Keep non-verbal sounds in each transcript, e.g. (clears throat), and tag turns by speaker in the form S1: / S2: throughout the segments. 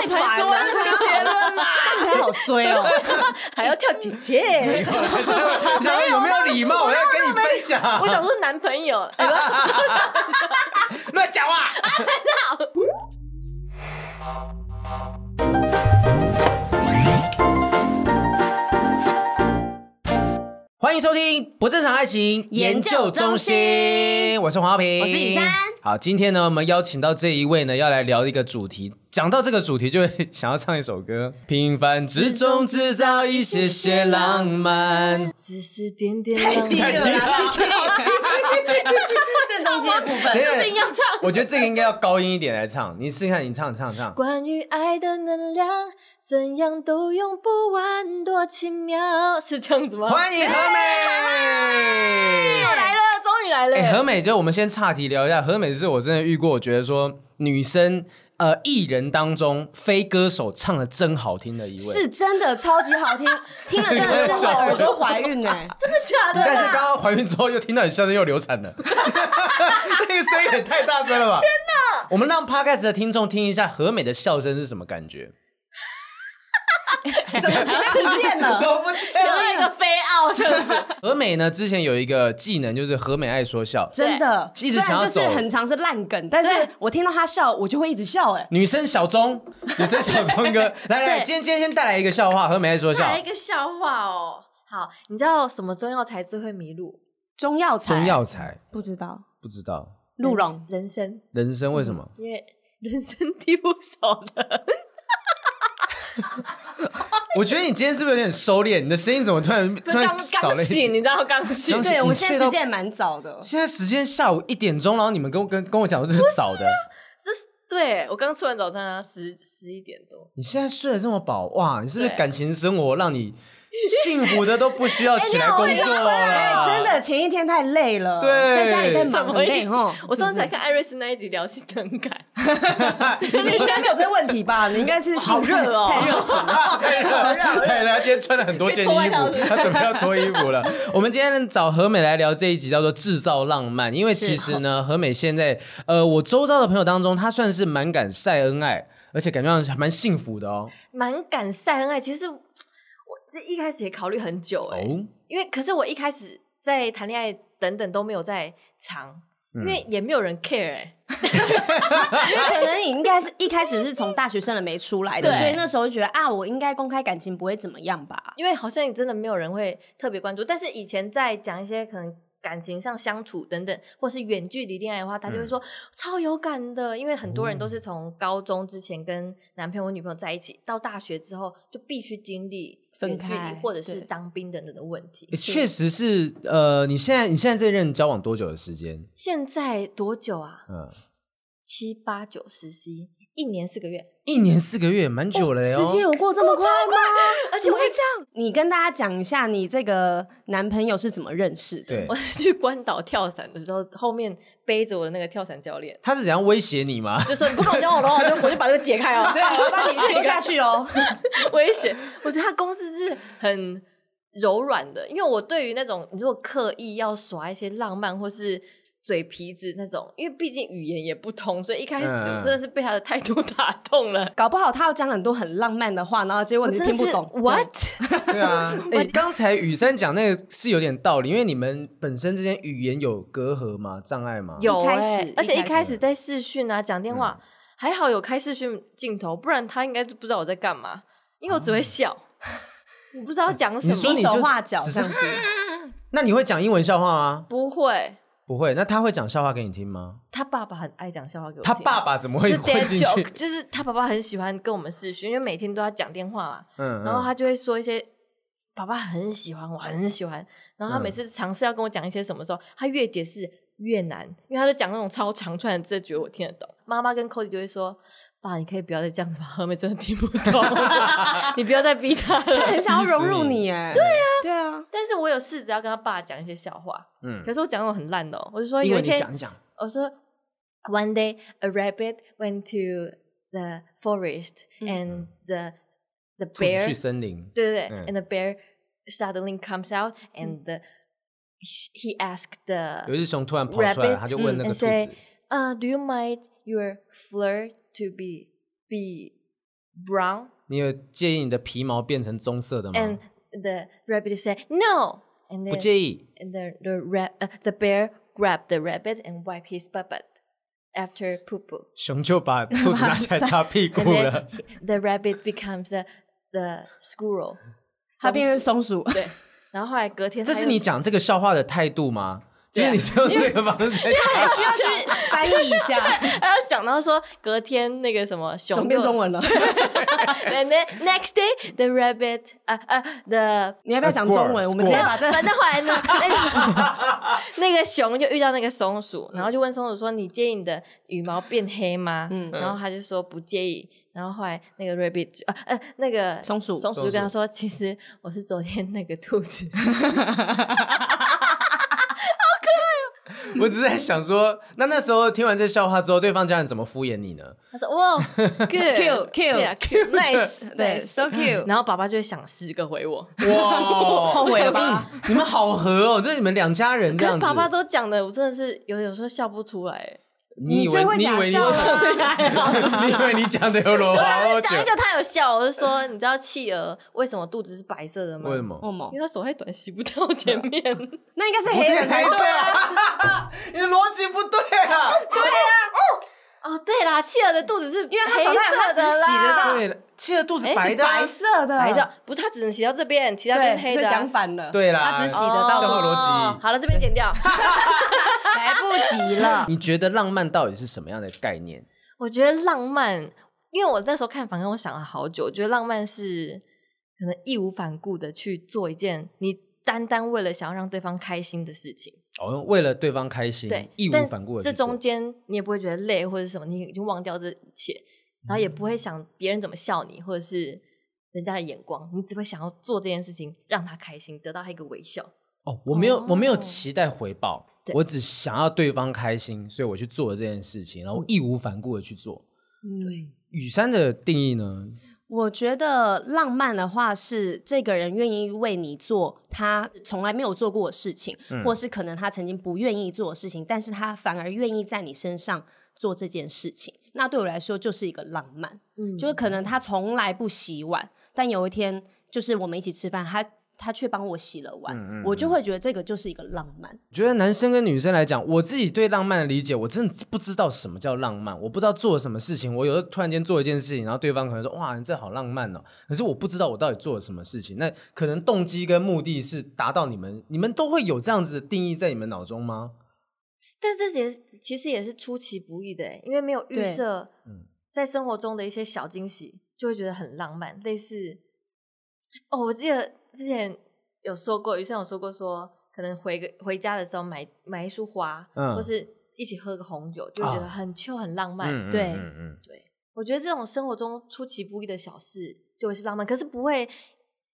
S1: 你牌怎么是这个结论啦？
S2: 你牌啊好衰哦！
S1: 还要跳姐
S3: (laughs)
S1: 姐？
S3: 然后有没有礼貌？我要跟你分享
S1: 我。想说男朋友，哎
S3: (laughs) 乱讲话。欢迎收听《不正常爱情研究中心》我是黄浩平，
S2: 我是雨珊
S3: 好，今天呢，我们邀请到这一位呢，要来聊一个主题。讲到这个主题，就会 (laughs) 想要唱一首歌，《平凡之中制造一些些浪漫》。
S4: 指指点点，
S1: 低了啦
S2: 正中间的部分
S3: 等一下我觉得这个应该要高音一点来唱，你试试看，你唱唱唱。
S4: 关于爱的能量，怎样都用不完，多奇妙。
S1: 是这样子吗？
S3: 欢迎何美，
S2: 啊
S1: 又来了，终于来
S3: 哎、
S1: 了。
S3: 何美，就我们先岔题聊一下，何美是我真的遇过，我觉得说女生呃艺人当中非歌手唱的真好听的一位。
S2: 是真的超级好听，听了真的是会耳朵怀孕
S1: (laughs)
S2: 哎、
S1: 假的
S3: 但是
S1: 啦，
S3: 刚刚怀孕之后又听到你笑声又流产了，那个声音也太大声了吧！天哪！我们让 podcast 的听众听一下何美的笑声是什么感觉？
S2: 怎么前面不见了？
S3: 么不见
S1: 前面一个飞奥这样子，
S3: 何美呢？之前有一个技能就是何美爱说笑，
S2: 真的，
S3: 一直
S2: 虽
S3: 想
S2: 然
S3: 要
S2: 就是
S3: 走
S2: 很长是烂梗，但是我听到他笑，我就会一直笑哎、
S3: 女生小
S1: (laughs)
S3: 钟，女生小钟哥，来来，
S2: 对
S3: 今天今天先带来一个笑话，何美爱说笑
S1: 来，个笑话哦。
S4: 好，
S1: 你知道什么中药材最会迷路？
S2: 中药材，
S3: 中药材
S2: 不知道，
S3: 不知道，
S2: 鹿茸
S1: 人人参，
S3: 人参为什么？
S1: 因为人参地不熟的。
S3: 我觉得你今天是不是有点收敛？你的声音怎么突然突
S1: (laughs) 刚
S3: 然少
S1: 刚
S3: 了一点？
S1: 醒，你知道刚醒
S3: 刚，
S2: 对我们现
S3: 你睡
S2: 在
S3: 到
S2: 时间也蛮早的，
S3: 现在时间下午一点钟，然后你们跟我跟跟我讲我这是早
S1: (laughs)
S3: 的，
S1: (laughs) 这是对我刚吃完早餐啊，十十一点多。
S3: 你现在睡得这么饱，哇，你是不是
S1: 对
S3: 感情生活让你幸福的都不需要
S1: 哎
S3: 起来工作啊了？
S2: 真的前一天太累了，
S3: 对
S2: 在家里太
S1: 什
S2: 忙
S1: 么
S2: 很
S1: 意
S2: 累
S1: 思
S2: 哦。
S1: 我上次才
S2: 才，
S1: 看艾瑞斯那一集聊性能感，
S2: 可是你应该没有这个问题吧？你应该是 (laughs) 好
S1: 热哦
S2: 太热情了。
S3: 太热了，太热了！他今天穿了很多件衣
S1: 被脱外套
S3: 服
S1: 是不，是
S3: 他准备要脱衣服了。我们今天找何美来聊这一集叫做“制造浪漫”，因为其实呢，何美现在呃，我周遭的朋友当中，她算是蛮敢晒恩爱，而且感觉上蛮幸福的哦。
S1: 蛮敢晒恩爱。其实我这一开始也考虑很久哎、
S3: 哦，
S1: 因为可是我一开始在谈恋爱等等都没有在藏，因为
S3: 嗯
S1: 也没有人 care 哎、
S2: (laughs) 因为可能你应该是一开始是从大学生了没出来的，
S1: 对
S2: 所以那时候就觉得啊，我应该公开感情不会怎么样吧？
S1: 因为好像也真的没有人会特别关注。但是以前在讲一些可能。感情上相处等等，或是远距离恋爱的话，他
S3: 嗯
S1: 就会说、超有感的，因为很多人都是
S3: 哦
S1: 从高中之前跟男朋友、女朋友在一起，到大学之后就必须经历
S2: 分
S1: 远距
S2: 开
S1: 离或者
S2: 对
S1: 是当兵等等的问题。
S3: 诶确实是呃，你现在你现在这任交往多久的时间？
S1: 现在多久啊？
S3: 嗯，
S1: 七八九十十一，一年四个月。 (laughs)
S3: 一年四个月，蛮久了哟。
S2: 时间有过这么快吗？
S1: 而且
S2: 怎
S1: 我
S2: 么会这样？你跟大家讲一下，你这个男朋友是怎么认识的？
S3: 对
S1: 我，是去关岛跳伞的时候，后面背着我的那个跳伞教练，
S3: 他是怎样威胁你吗？
S1: 就说你不跟我交往的话，我就我就把这个解开哦，
S2: 对， (laughs) 啊我把你丢下去 (laughs) 哦。
S1: 危险。我觉得他公司是很柔软的，因为我对于那种你如果刻意要耍一些浪漫或是。嘴皮子那种，因为毕竟语言也不通，所以一开始
S3: 嗯
S1: 我真的是被他的态度 (laughs) 打动了。
S2: 搞不好他要讲很多很浪漫的话，然后结果
S1: 我
S2: 你
S1: 真
S2: 就
S1: 的
S2: 听不
S1: 是
S2: 懂。
S1: what？
S3: 对啊，哎、刚才雨珊讲那个是有点道理，因为你们本身之间语言有隔阂吗？障碍吗？
S1: 有、
S2: 一
S1: 欸，
S2: 开始
S1: 而且
S2: 一
S1: 一
S2: 开
S1: 开
S3: 始
S1: 始在视讯啊，讲电话、还好有开视讯镜头，不然他应该就不知道我在干嘛，因为我只会笑，我不知道讲什
S3: 你说
S1: 么，
S3: 你
S2: 比手
S3: 就
S2: 画脚
S3: 只
S2: 这
S3: 是
S2: 样子，
S3: 那你会讲英文笑话吗？
S1: 不会。
S3: 不会，那他会讲笑话给你听吗？
S1: 他爸爸很爱讲笑话给我听，
S3: 他爸爸怎么
S1: 就
S3: (laughs) 会
S1: 是 dad
S3: 混进
S1: joke，
S3: 去？
S1: 就是他爸爸很喜欢跟我们视讯，因为每天都要讲电话嘛，
S3: 嗯，
S1: 然后
S3: 嗯
S1: 他就会说一些。爸爸很喜欢我，很喜欢。然后他每
S3: 嗯
S1: 次尝试要跟我讲一些什么时候，他越解释越难，因为他就讲那种超长串的字，觉得我听得懂。妈妈跟 Cody 就会说：“爸，你可以不要再这样子吧，何美真的听不
S3: (laughs)
S1: 懂， (laughs) 你不要再逼他
S2: 他
S1: 了。
S2: (laughs) 很想要融入你哎。对啊，对啊”。
S1: (laughs) 但是我有试着要跟他爸讲一些笑话，
S3: 嗯
S1: 可是我讲那种很烂的、哦，我就说
S3: 英
S1: 有一
S3: 文你
S1: 天，
S3: 讲一讲，
S1: 我说，One day a rabbit went to the forest and the the
S3: 嗯兔子
S1: bear
S3: 去森林，
S1: 对对对、
S3: 嗯
S1: a n d the bear suddenly comes out
S2: Mm.
S1: and the he asked
S3: 有
S1: the "Uh,
S3: 一只熊突然跑出来，
S1: Rabbit，嗯
S3: 他就问那个
S1: and
S3: 兔子
S1: say，呃、uh,，Do you mind your flirt to be be brown
S3: 你有介意你的皮毛变成棕色的吗？
S1: and the rabbit said no and
S3: 不
S1: then
S3: 介意。
S1: and the the ra- uh, the bear grabbed the rabbit and wiped his butt butt after poo
S2: (laughs)
S1: poo
S3: 熊就把兔子拿起来擦屁股
S1: (laughs) and
S3: 了
S1: then。the rabbit becomes the the
S2: (laughs)
S1: squirrel
S2: 它变成松鼠，
S1: 对，然后后来隔天
S3: (laughs) 这
S1: 他
S3: 是
S1: 又
S3: 你讲这个笑话的态度吗？就
S1: 对
S3: 是
S1: 啊
S3: 你是用这个方式在讲，
S2: 需要去翻译一 (laughs) 下，
S1: 他要想到说隔天那个什么熊
S2: 怎么变
S1: 就
S2: 中文了？
S1: And then next day, the rabbit, 呃呃，the
S2: 你要不要讲中文？
S3: Squirrel，
S2: 我们直接把这
S1: (laughs) 反正后来呢， (laughs) 那个
S3: (laughs)
S1: 那个熊就遇到那个松鼠，然后就问松鼠说：“你介意你的羽毛变黑吗？”嗯，然后他就说不介意。然后后来那个 rabbit 呃呃那个
S2: 松鼠
S1: 松鼠就跟他说：“其实我是昨天那个兔 (laughs) 子。
S3: 我只是在想说，那那时候听完这笑话之后，对方家人怎么敷衍你呢？”
S1: 他说：“
S2: (laughs)
S1: 哇 (laughs)
S2: Cute，
S1: ，good，cute
S2: cute
S1: cute，nice，
S2: 对
S1: nice。
S2: ，so cute，
S1: 然后爸爸就会想十个回我，
S3: 哇，
S2: 后悔了吧？
S3: 你们好合哦，就是你们两家人这
S1: (laughs) 可
S3: 样
S1: 是
S3: 子。
S1: 爸爸都讲的，我真的是有有时候笑不出来。
S3: 你以
S2: 最
S3: 为
S2: 会
S3: 你以
S2: 假
S3: 为你
S2: 笑啊 (laughs)
S3: 讲，
S2: 了，
S3: 你以为你讲 (laughs) 的有罗
S1: 但
S3: 花
S1: 是
S3: 多
S1: 啊讲一个太有笑，我就说，你知道企鹅为什么肚子是白色的吗？
S3: 为什？么？嗯
S2: 为什么
S1: 因为它手太短，洗不到前面。
S2: 那应该是黑人才对啊，
S3: 啊！你的逻辑不对啊！
S1: (laughs) 哦，对啦，企鹅的肚子是因
S2: 为它手太短
S1: 的啦，
S2: 它只洗得到
S3: 对了，企鹅肚子
S1: 哎是
S3: 白的啊，
S2: 白色的，
S1: 白的，不是它只能洗到这边，其他都是黑
S2: 对
S1: 的啊。
S2: 讲反了，
S3: 对啦
S2: 他只洗得
S1: 哦
S2: 到
S3: 笑话
S2: 肚
S3: 逻
S2: 子
S3: 辑
S1: 好了，这边剪掉。 (laughs)
S2: 来不及了。
S3: 你觉得浪漫到底是什么样的概念？
S1: 我觉得浪漫，因为我那时候看反跟我想了好久，我觉得浪漫是可能义无反顾的去做一件你单单为了想要让对方开心的事情。
S3: 哦，为了对方开心，
S1: 对，
S3: 义无
S1: 但
S3: 反顾的。
S1: 这中间你也不会觉得累或者什么，你已经忘掉这一切，然后也
S3: 嗯
S1: 不会想别人怎么笑你，或者是人家的眼光，你只会想要做这件事情让他开心，得到他一个微笑。
S3: 哦，我没有，我没有
S1: 哦
S3: 期待回报，
S1: 对
S3: 我只想要对方开心，所以我去做了这件事情，然后义无反顾的去做。
S2: 对，
S3: 雨山的定义呢？
S2: 我觉得浪漫的话是这个人愿意为你做他从来没有做过的事情，或是可能他曾经不愿意做的事情，但是他反而愿意在你身上做这件事情。那对我来说就是一个浪漫，
S1: 嗯
S2: 就是可能他从来不洗碗，但有一天就是我们一起吃饭，他他却帮我洗了碗，我就会觉得这个就是一个浪漫。
S3: 我觉得男生跟女生来讲，我自己对浪漫的理解，我真的不知道什么叫浪漫，我不知道做了什么事情。我有时候突然间做一件事情，然后对方可能说：“哇，你这好浪漫哦。”可是我不知道我到底做了什么事情。那可能动机跟目的是达到你们，你们都会有这样子的定义在你们脑中吗？
S1: 但这也是其实也是出其不意的欸，因为没有预
S2: 对
S1: 设
S3: 嗯，
S1: 在生活中的一些小惊喜，就会觉得很浪漫。类似哦，我记得之前有说过，余生有说过说，可能回个回家的时候买买一束花，
S3: 嗯
S1: 或是一起喝个红酒，就会觉
S3: 啊
S1: 得很 chill 很浪漫。
S3: 嗯
S2: 对
S3: 嗯
S1: 我觉得这种生活中出其不意的小事就会是浪漫，可是不会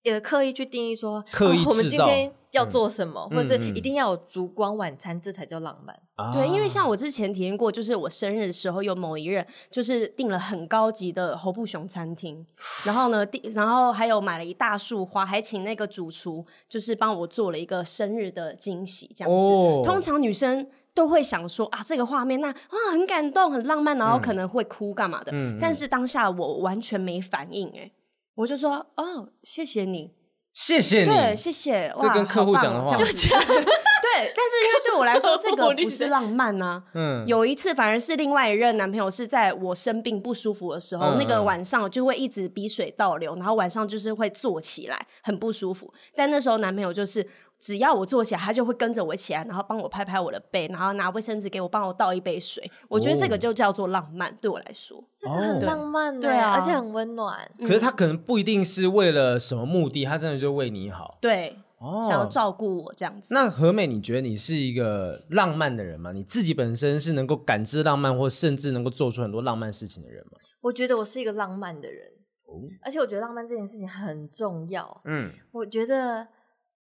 S1: 呃刻意去定义说
S3: 刻意
S1: 哦、我们
S3: 制
S1: 今
S3: 造
S1: 天要做什么，
S3: 嗯
S1: 或者
S3: 嗯
S1: 是
S3: 嗯
S1: 一定要有烛光晚餐，这才叫浪漫。
S3: 啊
S2: 对，因为像我之前体验过，就是我生日的时候有某一任就是订了很高级的猴布熊餐厅，然后呢，订然后还有买了一大束花，还请那个主厨就是帮我做了一个生日的惊喜，这样子。
S3: 哦
S2: 通常女生。都会想说啊，这个画面那啊很感动，很浪漫，然后可能会哭干嘛的。
S3: 嗯嗯
S2: 但是当下我完全没反应、欸，我就说哦，谢谢你，
S3: 谢谢你，
S2: 对，谢谢。
S3: 这
S2: 哇
S3: 跟客户讲的话
S2: 就这样子。 (laughs) 对，但是因为对我来说，这
S3: (laughs)
S2: 个不是浪漫啊。
S3: 嗯，
S2: 有一次，反而是另外一任男朋友是在我生病不舒服的时候，
S3: 嗯
S2: 那个晚上就会一直鼻水倒流，然后晚上就是会坐起来，很不舒服。但那时候男朋友就是只要我坐起来，他就会跟着我起来，然后帮我拍拍我的背，然后拿卫生纸给我，帮我倒一杯水。我觉得这个就叫做浪漫，对我来说。
S1: 这个很
S3: 哦
S1: 浪漫、欸，
S2: 对啊
S1: 而且很温暖。
S3: 嗯可是他哦可能不一定是为了什么目的，他真的就为你好
S2: 对，
S3: 哦。
S2: 想要嗯照顾我这样子。
S3: 那何美，你觉得你是一个浪漫的人吗？你自己本身是能够感知浪漫，或甚至能够做出很多浪漫事情的人吗？
S1: 我觉得我是一个浪漫的人，
S3: 哦
S1: 而且我觉得浪漫这件事情很重要。
S3: 嗯，
S1: 我觉得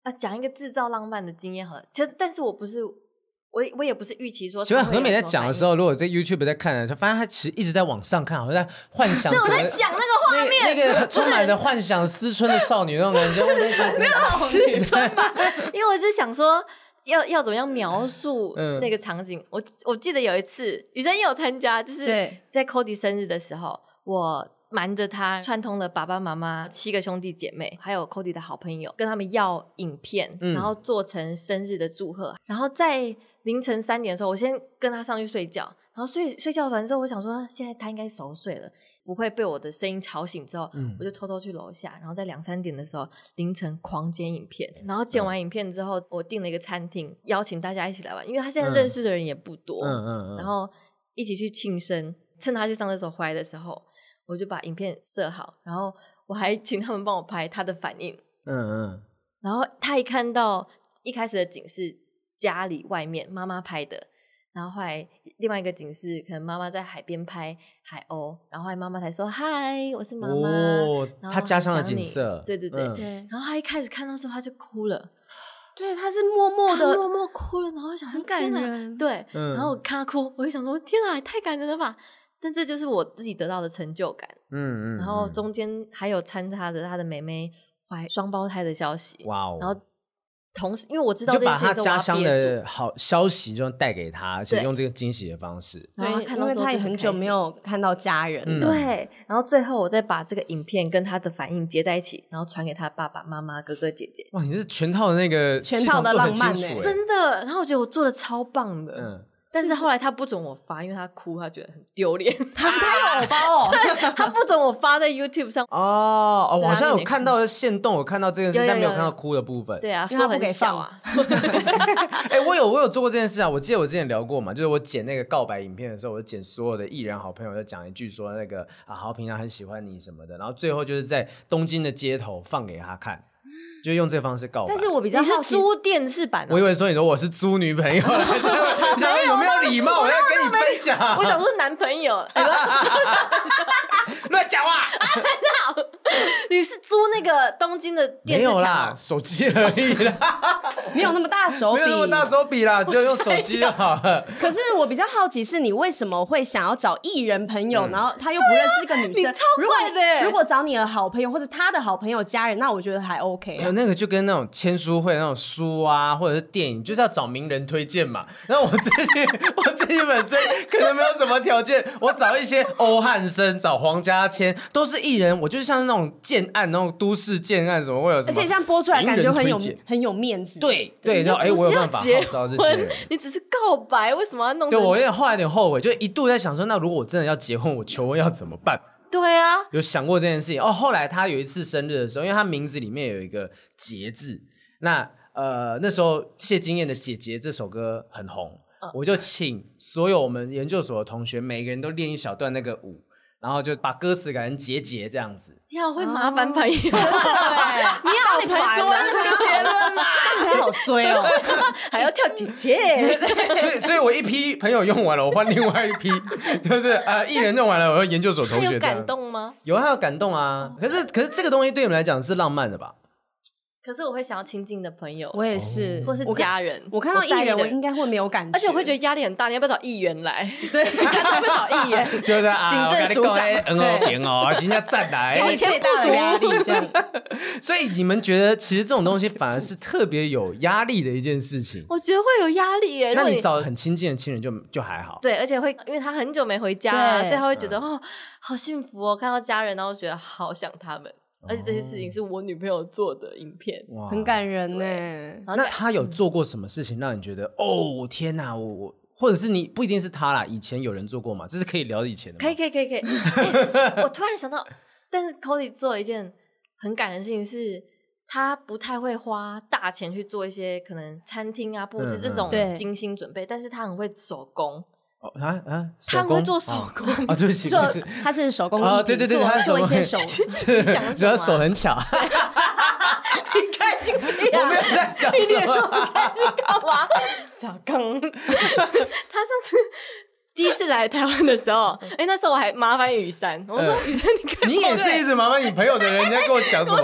S1: 啊，讲一个制造浪漫的经验好了，其实但是我不是，我我也不是预期说。
S3: 请问何美在讲的时，候，如果在 YouTube 在看的时候，发现她其实一直在往上看，好像在幻想什
S1: 对，
S3: 么。
S1: 我在想那个画面，
S3: 那那个充满了幻想思春的少女那种感觉，
S1: (laughs)
S3: 思春
S1: 因为我是想说要要怎么样描述
S3: 嗯
S1: 那个场景。我我记得有一次，雨生也有参加，就是
S2: 对
S1: 在 Cody 生日的时候，我瞒着他串通了爸爸妈妈、七个兄弟姐妹，还有 Cody 的好朋友，跟他们要影片，
S3: 嗯
S1: 然后做成生日的祝贺。然后在凌晨三点的时候，我先跟他上去睡觉，然后睡睡觉完之后，我想说现在他应该熟睡了，不会被我的声音吵醒。之后，
S3: 嗯
S1: 我就偷偷去楼下，然后在两三点的时候凌晨狂剪影片，然后
S3: 嗯
S1: 剪完影片之后，我订了一个餐厅，邀请大家一起来玩，因为他现在
S3: 嗯
S1: 认识的人也不多，
S3: 嗯嗯嗯，
S1: 然后一起去庆生。趁他去上厕所回来的时候，我就把影片设好，然后我还请他们帮我拍他的反应。
S3: 嗯嗯
S1: 然后他一看到一开始的景是家里外面妈妈拍的，然后后来另外一个景是可能妈妈在海边拍海鸥，然后后来妈妈才说嗨，我是妈妈。
S3: 哦，
S1: 然后
S3: 他家乡的
S1: 很想
S3: 景
S1: 你
S3: 色，
S1: 对对对
S3: 嗯
S2: 对
S1: 然后他一开始看到之后他就哭了，
S2: 对，他是默默
S1: 他
S2: 的，
S1: 默默哭了，然后我想说
S2: 很感
S1: 天哪
S2: 人
S1: 对，
S3: 嗯
S1: 然后我看他哭，我就想说天啊，也太感人了吧！但这就是我自己得到的成就感。
S3: 嗯嗯，
S1: 然后
S3: 嗯
S1: 中间还有掺杂着他的妹妹怀双胞胎的消息，
S3: 哇哦，
S1: 然后同时因为我知
S3: 你
S1: 道
S3: 就
S1: 这件
S3: 把
S1: 事
S3: 他
S1: 情之后，
S3: 家乡
S1: 我要憋住
S3: 的好消息就带给他，而且
S1: 对
S3: 用这个惊喜的方式，
S1: 对
S2: 然后
S1: 看
S2: 因
S1: 到
S2: 为
S1: 之后
S2: 他也
S1: 就很
S2: 很
S1: 开
S2: 久没
S1: 心
S2: 有看到家人
S3: 嗯
S2: 了，
S1: 对，然后最后我再把这个影片跟他的反应结在一起，然后传给他爸爸妈妈、哥哥姐姐，
S3: 哇，你是全套的那个
S2: 全
S3: 系统
S2: 套的
S3: 做得很
S2: 浪漫
S3: 清楚
S2: 欸
S3: 欸
S1: 真的。然后我觉得我做的超棒的，
S3: 嗯，
S1: 但是后来他不准我发，因为他哭，他觉得很丢脸，
S2: 他他有偶包
S1: (laughs)
S2: 哦，
S1: 他不准我发在 YouTube 上。
S3: 哦哦，我好
S1: 在
S3: 像
S1: 哪里
S3: 有看到现动，我看到这件事，
S1: 有有
S3: 但没有
S1: 有
S3: 看到
S1: 有
S3: 哭的部分。
S1: (laughs) 对啊，
S2: 因为他
S1: 说
S2: 不
S1: 很
S2: 给放
S1: 小 (laughs) 啊，
S3: 哎、我有我有做过这件事啊，我记得我之前聊过嘛，就是我剪那个告白影片的时候，我剪所有的艺人好朋友，就讲一句说那个啊，好平常很喜欢你什么的，然后最后就是在东京的街头放给他看，就用这方式告白。
S2: 但是我比较
S1: 嗯你是
S2: 好奇
S1: 租电视版啊的、
S3: 我以为说你说我是猪女朋
S2: (laughs)
S3: 友，想说有没有礼貌，我要跟你分享，
S1: 我想说男朋 (laughs) 友，
S3: 乱讲话，
S1: 你是租那个东京的
S3: 没
S1: 电视
S3: 有
S1: 墙
S3: 啦，
S1: 哦？
S3: 手机而已啦，
S2: 没有那么大 (laughs) 手
S3: 没
S2: 笔，
S3: 有那么大手笔啦，只有用手机就好了。
S2: 可是我比较好奇，是你为什么会想要找艺人朋友，然后他又不认识这个女
S1: 你
S2: 生？
S1: 超
S2: 如果
S1: 怪的欸
S2: 如果找你的好朋友或者他的好朋友家人，那我觉得还 OK
S3: 还有
S2: 啊。
S3: 那个就跟那种签书会那种书啊，或者是电影，就是要找名人推荐嘛。然后我自己 (laughs) 我自己本身可能没有什么条件，我找一些欧汉生、找黄家千，都是艺人。我就是像那种建案、那种都市建案什么会有什
S2: 而
S3: 么名人推荐，
S2: 且这样播出来感觉很有很有面子。，
S3: 对对，
S1: 你又
S3: 然后哎，
S1: 不是
S3: 我有
S1: 要
S3: 办法
S1: 结
S3: 号召这些
S1: 婚
S3: 人。，
S1: 你只是告白，为什么要弄 (laughs)
S3: 对
S1: 成？
S3: 我有点后来有点后悔，就一度在想说，那如果我真的要结婚，我求婚要怎么办？
S1: 对啊，
S3: 有想过这件事情哦。后来他有一次生日的时候，因为他名字里面有一个“杰”字，那呃那时候谢金燕的《姐姐》这首歌很红，我就请所有我们研究所的同学每个人都练一小段那个舞，然后就把歌词改成“杰杰”这样子。 (laughs)
S1: 哦 (laughs) 你好会麻烦朋友，
S2: 你好
S1: 你朋友
S3: 哦
S2: 这个结论啦，你朋友好衰哦。
S1: 还要跳姐 (laughs) 姐，
S3: 所以，所以我一批朋友用完了，我换另外一批， (laughs) 就是呃艺人用完了，我用研究所
S1: 他
S3: 同学
S1: 有
S3: 这样
S1: 感。动吗？
S3: 有他有感动啊，可是可是这个东西对你们来讲是浪漫的
S1: (laughs)
S3: 吧？
S1: 可是我会想要亲近的朋友，
S2: 我也是，
S1: 或是
S2: 我看
S1: 家人。
S2: 我看到艺
S1: 在意
S2: 人，
S1: 的
S2: 我应该会没有感觉，
S1: 嗯而且我会觉得压力很大。你要不要找议员来？对， (laughs) 你要不要找议员？
S3: 就是啊，
S1: 警政署长
S3: 嗯哦嗯哦，今天赞来，
S2: 压
S1: 我以
S2: 力
S1: 前
S2: 最大
S1: 不
S2: 的
S1: 熟。
S2: 压力这样。
S3: 所以你们觉得，其实这种东西反而是特别有压力的一件事情
S1: (laughs) 我觉得会有压力 (laughs) 耶。如
S3: 那
S1: 果
S3: 你找很亲近的亲人就就还好。
S1: 对，而且会因为他很久没回家啊，
S2: 对
S1: 所以他会觉得哦，好幸福哦，看到家人，然后觉得好想他们。而且这些事
S3: 哦
S1: 情是我女朋友做的影片，
S3: 哇
S2: 很。感人欸呢、
S1: 然后
S3: 那
S1: 就
S3: 他有做过什么事情让你觉得哦天哪，我我或者是你不一定是他啦，以前有人做过嘛？这是可以聊以前的吗。
S1: 可以可以
S3: (laughs)
S1: 可以可以、欸我突然想到，但是 Cody 做了一件很感人的事情是，他不太会花大钱去做一些可能餐厅啊布置
S3: 嗯
S1: 这
S2: 对
S1: 种精心准备，但是他很会手工，
S3: 哦啊啊，手
S1: 他很会
S3: 工
S1: 做手
S3: 哦
S1: 工，
S3: 啊，对不起，
S2: 做
S3: 不是
S2: 他是手工艺
S3: 啊，
S2: 品
S3: 对对对，
S2: 做
S3: 他
S2: 做一些手
S3: 手， (laughs) 是
S1: 想什
S3: 主要
S1: 么啊
S3: 手很巧。
S1: (laughs) 你开心个屁
S3: 我
S1: 啊
S3: 没有！在
S1: (laughs)
S3: 讲什么。啊
S1: 干嘛？小刚，他上次。 (laughs) 第一次来台湾的时候，
S3: (laughs)
S1: 哎、那时候我还麻烦雨珊，我说
S3: 嗯
S1: 雨珊，你看 (laughs)
S3: 你也是一直麻烦你朋友的人，你在跟我讲什么？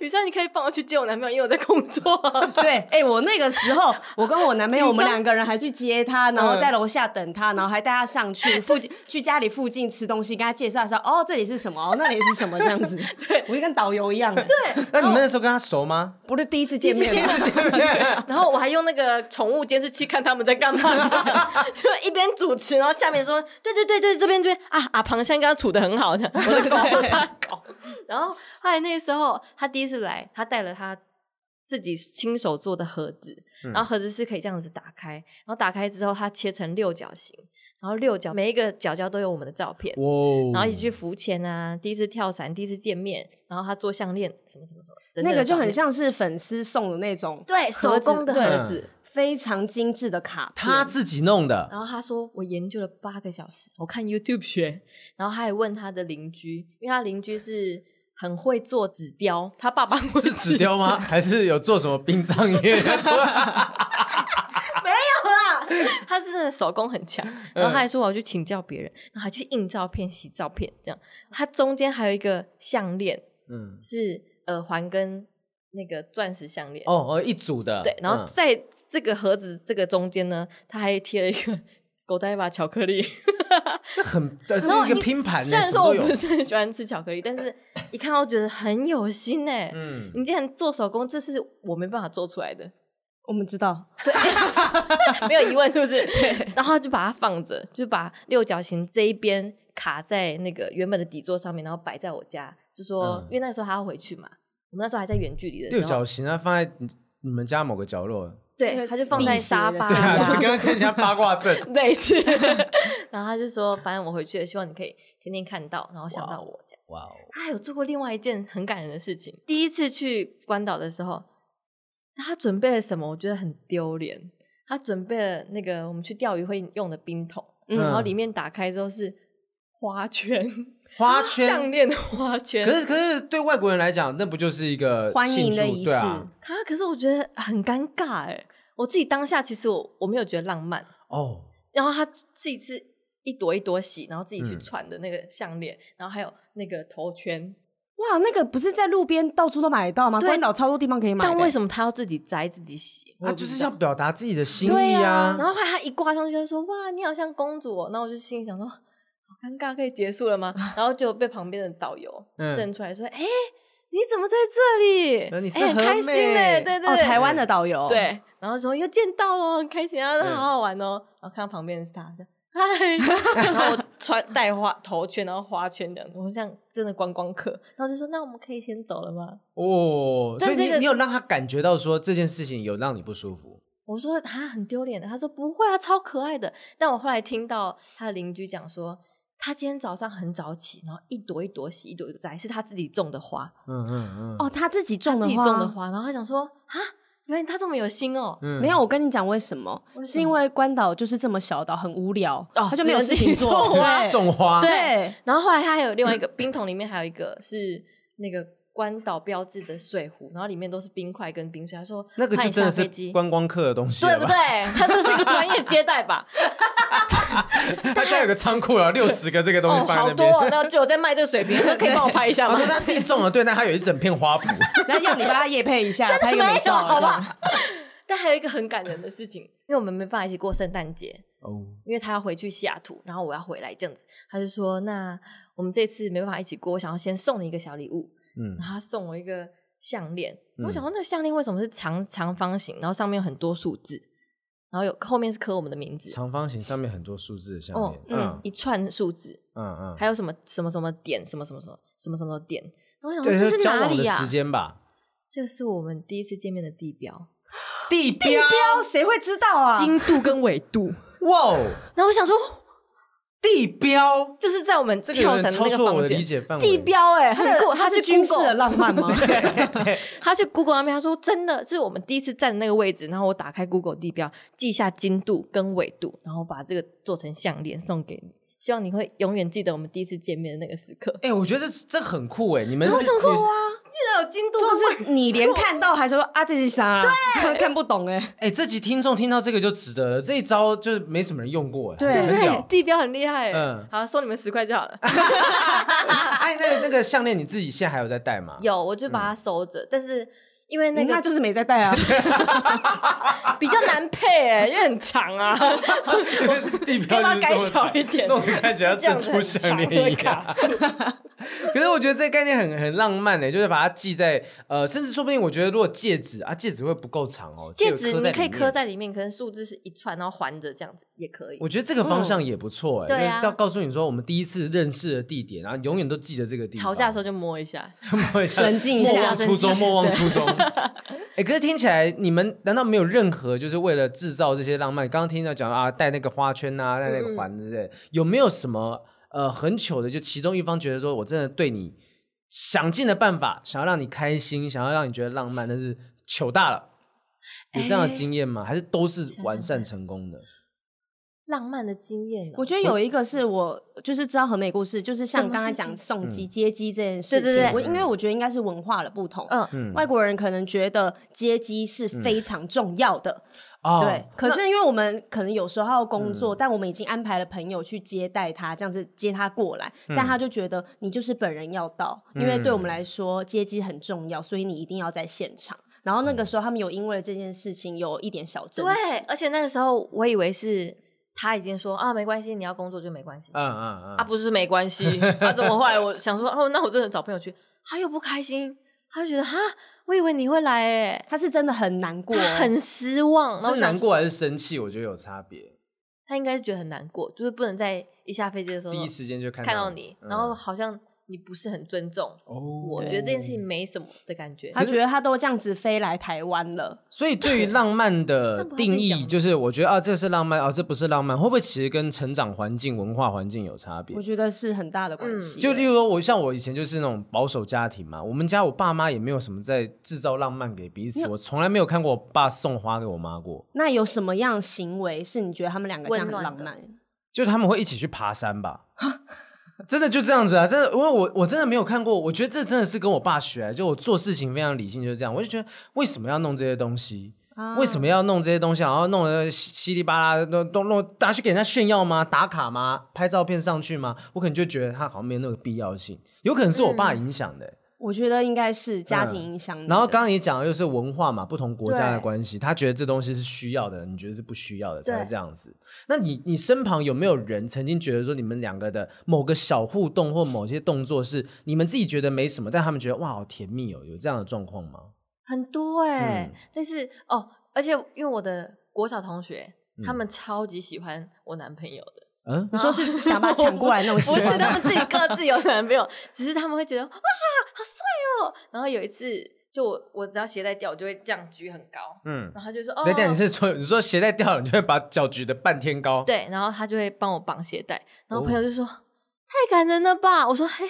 S1: 雨珊，你可以帮我去接我男朋友，因为我在工作啊。
S2: (laughs) 对，哎、我那个时候，我跟我男朋友，我们
S1: 紧张嗯
S2: 两个人还去接他，然后在楼下等他，然后还带他上去附近，去家里附近吃东西，跟他介绍说，哦，这里是什么，哦，那里是什么，这样
S1: (laughs)
S2: 子，我就跟导游一样、哎
S3: 那你们那时候跟他熟
S1: (laughs)
S3: 吗？
S2: 不是第一次见面啊吗，
S1: (laughs)
S3: (laughs)
S1: 然后我还用那个宠物监视器看他们在干嘛，啊 (laughs) 就一边主持，然后下面说对对对对，这边这边啊啊，螃蟹刚刚处的很好，这样我的狗我的狗。然后后来那个时候他第一次来，他带了他自己亲手做的盒子，然后盒子是可以这样子打开，然后打开之后它切成六角形，然后六角每一个角角都有我们的照片。
S3: 哇哦，
S1: 然后一起去浮潜啊，第一次跳伞，第一次见面，然后他做项链，什么什么什么的，
S2: 那个就很
S1: 像。
S2: 像是粉丝送的那种
S1: 对手
S2: 盒子
S1: 工的
S2: 对
S1: 盒子。
S2: 非常精致的卡片，
S3: 他自己弄的，
S1: 然后他说我研究了八个小时，我看 YouTube 学。然后他还问他的邻居，因为他邻居是很会做纸雕，他爸爸会
S3: 是纸雕
S1: (laughs)
S3: 吗？还是有做什么殡葬业？
S1: 他是手工很强，
S3: 嗯
S1: 然后他还说我要去请教别人，然后还去印照片、洗照片这样。他中间还有一个项链
S3: 嗯，
S1: 是耳环跟那个钻石项链，
S3: 哦哦，一组的，
S1: 对，然后
S3: 嗯
S1: 在这个盒子这个中间呢，他还贴了一个 (laughs) 狗带把巧克力。
S3: 这很，呃
S1: 然后
S3: 这是一个拼盘
S1: 虽
S3: 的，
S1: 然
S3: 什
S1: 说
S3: 么
S1: 我
S3: 都有
S1: 不。是很喜欢吃巧克力，
S3: (laughs)
S1: 但是一看到觉得很有心哎、
S3: 嗯，
S1: 你竟然做手工，这是我没办法做出
S3: (laughs)
S1: 来的，
S2: 我们知道，
S1: 没有疑问是不是？对。然后他就把它放着，就把六角形这一边卡在那个原本的底座上面，然后摆在我家，就说、
S3: 嗯
S1: 因为那时候还要回去嘛，我们那时候还在远距离的时候，
S3: 六角形啊，放在你你们家某个角落。
S1: 对，他就放在沙发
S2: 对啊
S1: 啊呀
S3: 刚刚人家八卦阵。
S1: (laughs)
S3: (laughs)
S1: 类似。然后他就说，反正我回去了，希望你可以天天看到，然后想到我这样。
S3: 哇哦，
S1: 他还有做过另外一件很感人的事情。第一次去关岛的时候，他准备了什么？我觉得很丢脸。他准备了那个我们去钓鱼会用的冰桶，
S2: 嗯
S1: 然后里面打开之后是花圈、
S3: 花
S1: 项
S3: 圈。
S1: 链的花圈。
S3: 可是可是对外国人来讲，那不就是一个
S2: 欢迎的
S3: 庆祝
S2: 仪
S3: 对
S2: 式
S3: 啊？
S1: 啊，可是我觉得很尴尬哎、我自己当下其实我我没有觉得浪漫，
S3: 哦，
S1: 然后他自己是一朵一朵洗，然后自己去
S3: 嗯
S1: 串的那个项链，然后还有那个头圈。
S2: 哇，那个不是在路边到处都买得到吗？
S1: 对
S2: 关岛超多地方可以买的，欸
S1: 但为什么他要自己摘自己洗？我
S3: 他
S1: 也不
S3: 就是
S1: 知道
S3: 想表达自己的心
S2: 对
S3: 意
S2: 啊
S1: 然后后来他一挂上去就说：“哇，你好像公主、哦。”然后我就心里想说：“好尴尬，可以结束了吗？” (laughs) 然后就被旁边的导游
S3: 嗯
S1: 认出来说：“哎、你怎么在这里？
S3: 呃你是
S1: 哎很开
S3: 何
S1: 心
S3: 美
S1: 呢、对对对，
S2: 哦，台湾的导游，，
S1: 对。”然后说又见到了，很开心啊，
S3: 嗯
S1: 好好玩哦。然后看到旁边的是他，这样嗨， (laughs) 然后我穿戴花头圈，然后花圈这样，我像真的观光客。然后就说：“那我们可以先走了吗
S3: 哦，所以
S1: 但这
S3: 你
S1: 个
S3: 你有让他感觉到说这件事情有让你不舒服？”
S1: 我说：“他很丢脸的。”他说：“不会啊，超可爱的。”但我后来听到他的邻居讲说，他今天早上很早起，然后一朵一朵洗，一朵一朵摘，是他自己种的花，
S3: 嗯嗯嗯，
S2: 哦，他自己种
S1: 自
S2: 的
S1: 己
S2: 花，
S1: 种的花。然后他想说：“啊，原来他这么有心哦。
S3: 嗯 (laughs)
S2: 没有，我跟你讲为什么？
S1: 为什
S2: 是因
S1: 么
S2: 为关岛就是这么小岛，很无聊，
S1: 哦
S2: 他就没有事
S1: 只能自己
S2: 情做。
S1: 种花
S2: 对
S3: 种花，
S2: 对，
S1: 然后后来他还有另外一个冰桶，里面还有一个是那个关岛标志的水壶，然后里面都是冰块跟冰水。他说：“
S3: 那个
S1: 怕
S3: 就
S1: 你
S3: 真
S1: 下
S3: 的
S1: 飞
S3: 是
S1: 机。”
S3: 观光客的东西，
S1: 对不对？？他这是一个专业接待吧？
S3: (laughs) 他家有个仓库
S1: (laughs)
S3: 啊，六十个这个东
S1: 哦，
S3: 西放在
S1: 好
S3: 那
S1: 多、
S3: 边。
S1: 哦，那就有在卖这个
S3: (laughs)
S1: 水瓶，说可以帮我拍一下
S3: 他
S1: 吗
S3: 说？他自己种了，对，但他有一整片花圃。
S2: 那要你帮他夜配一下，他
S1: 真
S2: 又
S1: 的
S2: 没
S1: 没有，
S2: 照
S1: 好吧？ (laughs) 但还有一个很感人的事情，因为我们没办法一起过圣诞节，
S3: (laughs) 哦，
S1: 因为他要回去西雅图，然后我要回来，这样子，他就说：“那我们这次没办法一起过，我想要先送你一个小礼物。”
S3: 嗯
S1: 然后他送我一个项链，
S3: 嗯
S1: 我想说那个项链为什么是长长方形，然后上面有很多数字，然后有后面是刻我们的名字，
S3: 长方形上面很多数字的项
S1: 哦
S3: 链，，
S1: 嗯，一串数字，
S3: 嗯嗯，
S1: 还有什么什么什么点，什么什么什么什么什么点。然后我想说
S3: 对
S1: 这是
S3: 交
S1: 哪
S3: 往
S1: 里啊
S3: 的
S1: 呀、
S3: 时间吧，
S1: 这是我们第一次见面的地标，
S3: 地标，
S2: 标谁会知道啊？
S1: 经度跟纬度。
S3: 哇哦，
S1: (laughs) 然后我想说，
S3: 地标，
S1: 就是在我们
S3: 这个有
S1: 跳
S3: 点
S1: 伞的
S3: 超
S1: 那个
S3: 出我
S1: 房
S3: 的理
S1: 间，
S3: 解范围。
S1: 地，标哎、很酷。
S2: 他
S1: 去
S2: 是军事的
S1: Google，
S2: 浪漫
S1: (laughs)
S2: 吗？
S1: 他去 Google 上面，他说真的，这是我们第一次站的那个位置。然后我打开 Google 地标，记下经度跟纬度，然后把这个做成项链送给你。希望你会永远记得我们第一次见面的那个时刻。
S3: (laughs) 哎、我觉得这这很酷哎、你们是
S2: 我想说
S3: 女生
S2: 哇，
S1: 既然有进度，
S2: 就是你连看到还说啊这是啥，对， (laughs) 看不懂哎、
S3: 哎、这集听众听到这个就值得了，这一招就是没什么人用过哎、
S2: 对
S3: 很
S1: 对
S3: 屌。
S1: (laughs) 地标很厉害、
S3: 嗯
S1: 嗯，好，送你们十块就好了。
S3: 哎，那个那个项链你自己现在还有在戴
S1: (laughs)
S3: 吗？
S1: (laughs) 有，我就把它收着，但是因为那
S2: 那
S1: 个
S3: 嗯
S2: 就是没在带啊，
S1: (laughs) 比较难配哎、因为很长啊，
S3: (laughs) 因为地标
S1: 要
S3: 就是这么
S1: 不要改小一点
S3: 长那种看起来
S1: 这
S3: 像
S1: 样子
S3: 珍珠
S1: 很
S3: 项
S1: 长
S3: 链
S1: 对
S3: 一样
S1: 卡。
S3: (laughs) 可是我觉得这个概念很很浪漫呢、哎就是把它系在呃，甚至说不定我觉得如果戒指啊，戒指会不够长哦，
S1: 戒指
S3: 这个
S1: 你可以
S3: 里面
S1: 刻。在里面，可能数字是一串，然后环着这样子也可以
S3: 我。觉得这个方向也不错哎、
S1: 对啊
S3: 就是告告诉你说我们第一次认识的地点，然后永远都记得这个地方。
S1: 吵架的
S3: (laughs)
S1: 时候就摸一下， (laughs)
S3: 候
S2: 冷静一下
S3: 莫忘初衷，
S1: 冷静
S3: 莫忘
S1: (laughs)
S3: 初衷。哎、可是听起来你们难道没有任何就是为了制造这些浪漫？刚刚听到讲啊，戴那个花圈
S1: 嗯
S3: 啊，戴那个环之类的，有没有什么呃很糗的？就其中一方觉得说我真的对你想尽了办法，想要让你开心，想要让你觉得浪漫，但是糗大了。有这样
S1: 哎
S3: 的经验吗？还是都是完善成功的？
S1: 浪漫的经验、哦
S2: 我觉得有一个是我就是知道和美故事，就是像刚才
S1: 什
S2: 讲
S1: 么事
S2: 送
S3: 嗯
S2: 机接机这件事情，
S1: 对对对
S2: 我因为我觉得应该是文化的不同，
S1: 嗯
S2: 嗯，外国人可能觉得接机是
S3: 嗯
S2: 非常重要的，
S3: 哦嗯
S2: 对，可是因为我们可能有时候要工作，但我们已经安排了朋友去接待他，这样子接他过来，
S3: 嗯
S2: 但他就觉得你就是本人要到，因为对我们来说接机很重要，所以你一定要在现场。然后那个时候他们有因为这件事情有一点小争执，
S1: 对，而且那个时候我以为是他已经说啊，没关系，你要工作就没关系、
S3: 嗯嗯嗯
S1: 啊，不是没关系啊，怎么后来我想说哦，那我真的找朋友去，他又不开心，他就觉得哈，我以为你会来哎、
S2: 他是真的很难过，
S1: 他很失望，然后我
S3: 是
S1: 想
S3: 难过还是生气？我觉得有差别。
S1: 他应该是觉得很难过，就是不能在一下飞机的时候
S3: 第一时间就看
S1: 呃看到
S3: 到
S1: 你，
S3: 嗯
S1: 然后好像你不是很尊重。
S3: 哦，
S1: 我觉得这件事情没什么的感觉，
S2: 他觉得他都这样子飞来台湾了，
S3: 所以对于浪漫
S1: (laughs)
S3: 的
S1: 不知道
S3: 定
S1: 在讲
S3: 义，
S1: 吗
S3: 就是我觉得啊，这是浪漫啊，这不是浪漫，会不会其实跟成长环境、文化环境有差别
S2: 我？觉得是很大的关系。
S3: 嗯就例如说我像我以前就是那种保守家庭嘛，我们家我爸妈也没有什么在制造浪漫给彼此，我从来没有看过我爸送花给我妈过，
S2: 那有什么样的行为是你觉得他们两个这样很
S1: 温
S2: 浪
S1: 暖的
S2: 漫？
S3: 就他们会一起去爬山吧。真的就这样子啊！真的，因为我我真的没有看过，我觉得这真的是跟我爸学来，就我做事情非常理性，就是这样。我就觉得为什么要弄这些东西？为什么要弄这些东西？然后弄得稀稀里巴拉，都都弄拿去给人家炫耀吗？打卡吗？拍照片上去吗？我可能就觉得他好像没有那个必要性，有可能是我爸影响的欸、
S2: 我觉得应该是家庭影响、
S1: 嗯
S3: 嗯然后刚刚也讲了，又是文化嘛，不同国家的
S2: 对
S3: 关系，他觉得这东西是需要的，你觉得是不需要的，才会
S1: 对
S3: 这样子。那你你身旁有没有人曾经觉得说你们两个的某个小互动或某些动作是你们自己觉得没什么，但他们觉得哇好甜蜜哦，有这样的状况吗？
S1: 很多哎、
S3: 嗯
S1: 但是哦，而且因为我的国小同学，
S3: 嗯
S1: 他们超级喜欢我男朋
S3: (laughs)
S1: 友的，
S3: 嗯，
S2: 你说是想把他抢过来那种习
S1: 不是
S2: 惯
S1: 他
S2: 吗？
S1: 们自己各自有男朋友，只是他们会觉得哇好帅哦。然后有一次，就我我只要鞋带掉，我就会这样举很高，
S3: 嗯，
S1: 然后他就说哦，
S3: 等等，你是说你说鞋带掉了，你就会把脚举得半天高？，
S1: 对，然后他就会帮我绑鞋带，然
S3: 哦
S1: 后朋友就说、太感人了吧，我说嘿，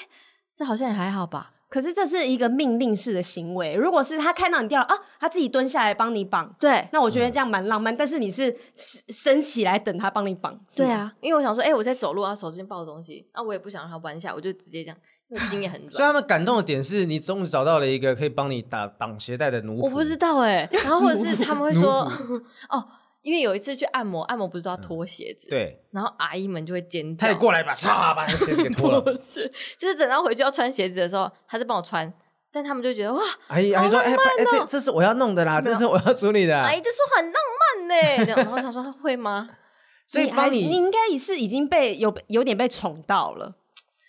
S1: 这好像也还好吧。
S2: 可是这是一个命令式的行为。如果是他看到你掉了啊，他自己蹲下来帮你绑，
S3: (laughs)
S1: 对，
S2: 那我觉得这样蛮浪漫。但是你是伸伸起来等他帮你绑，是
S1: 对
S2: 吗，
S1: 啊，因为我想说，哎、我在走路啊，手之间抱东西，那、我也不想让它弯下，我就直接这样，因为筋也很
S3: 所以
S1: 软。
S3: 他们感动的点是你终于找到了一个可以帮你打绑鞋带的奴仆。
S1: 我不知道哎、
S3: (laughs)
S1: 然后或者是他们会说， (laughs) 哦，因为有一次去按摩，按摩不是都要脱鞋子，，
S3: 嗯对，
S1: 然后阿姨们就会尖叫，
S3: 他也
S1: (laughs)
S3: 过来吧，嚓，把那个鞋子给脱了。
S1: 不是，就是等到回去要穿鞋子的时候，他在帮我穿，但他们就觉得哇，
S3: 阿姨，阿姨说：“哎、
S1: 哦
S3: 哎这这是我要弄的啦，这是我要处理的啊。
S1: 阿姨就说很浪
S3: (laughs)
S1: 漫呢、这样然后我想说会吗？
S3: 所以
S1: 哎
S2: 你还
S3: 帮
S2: 你
S3: 你，
S2: 应该也是已经被有有点被宠到了，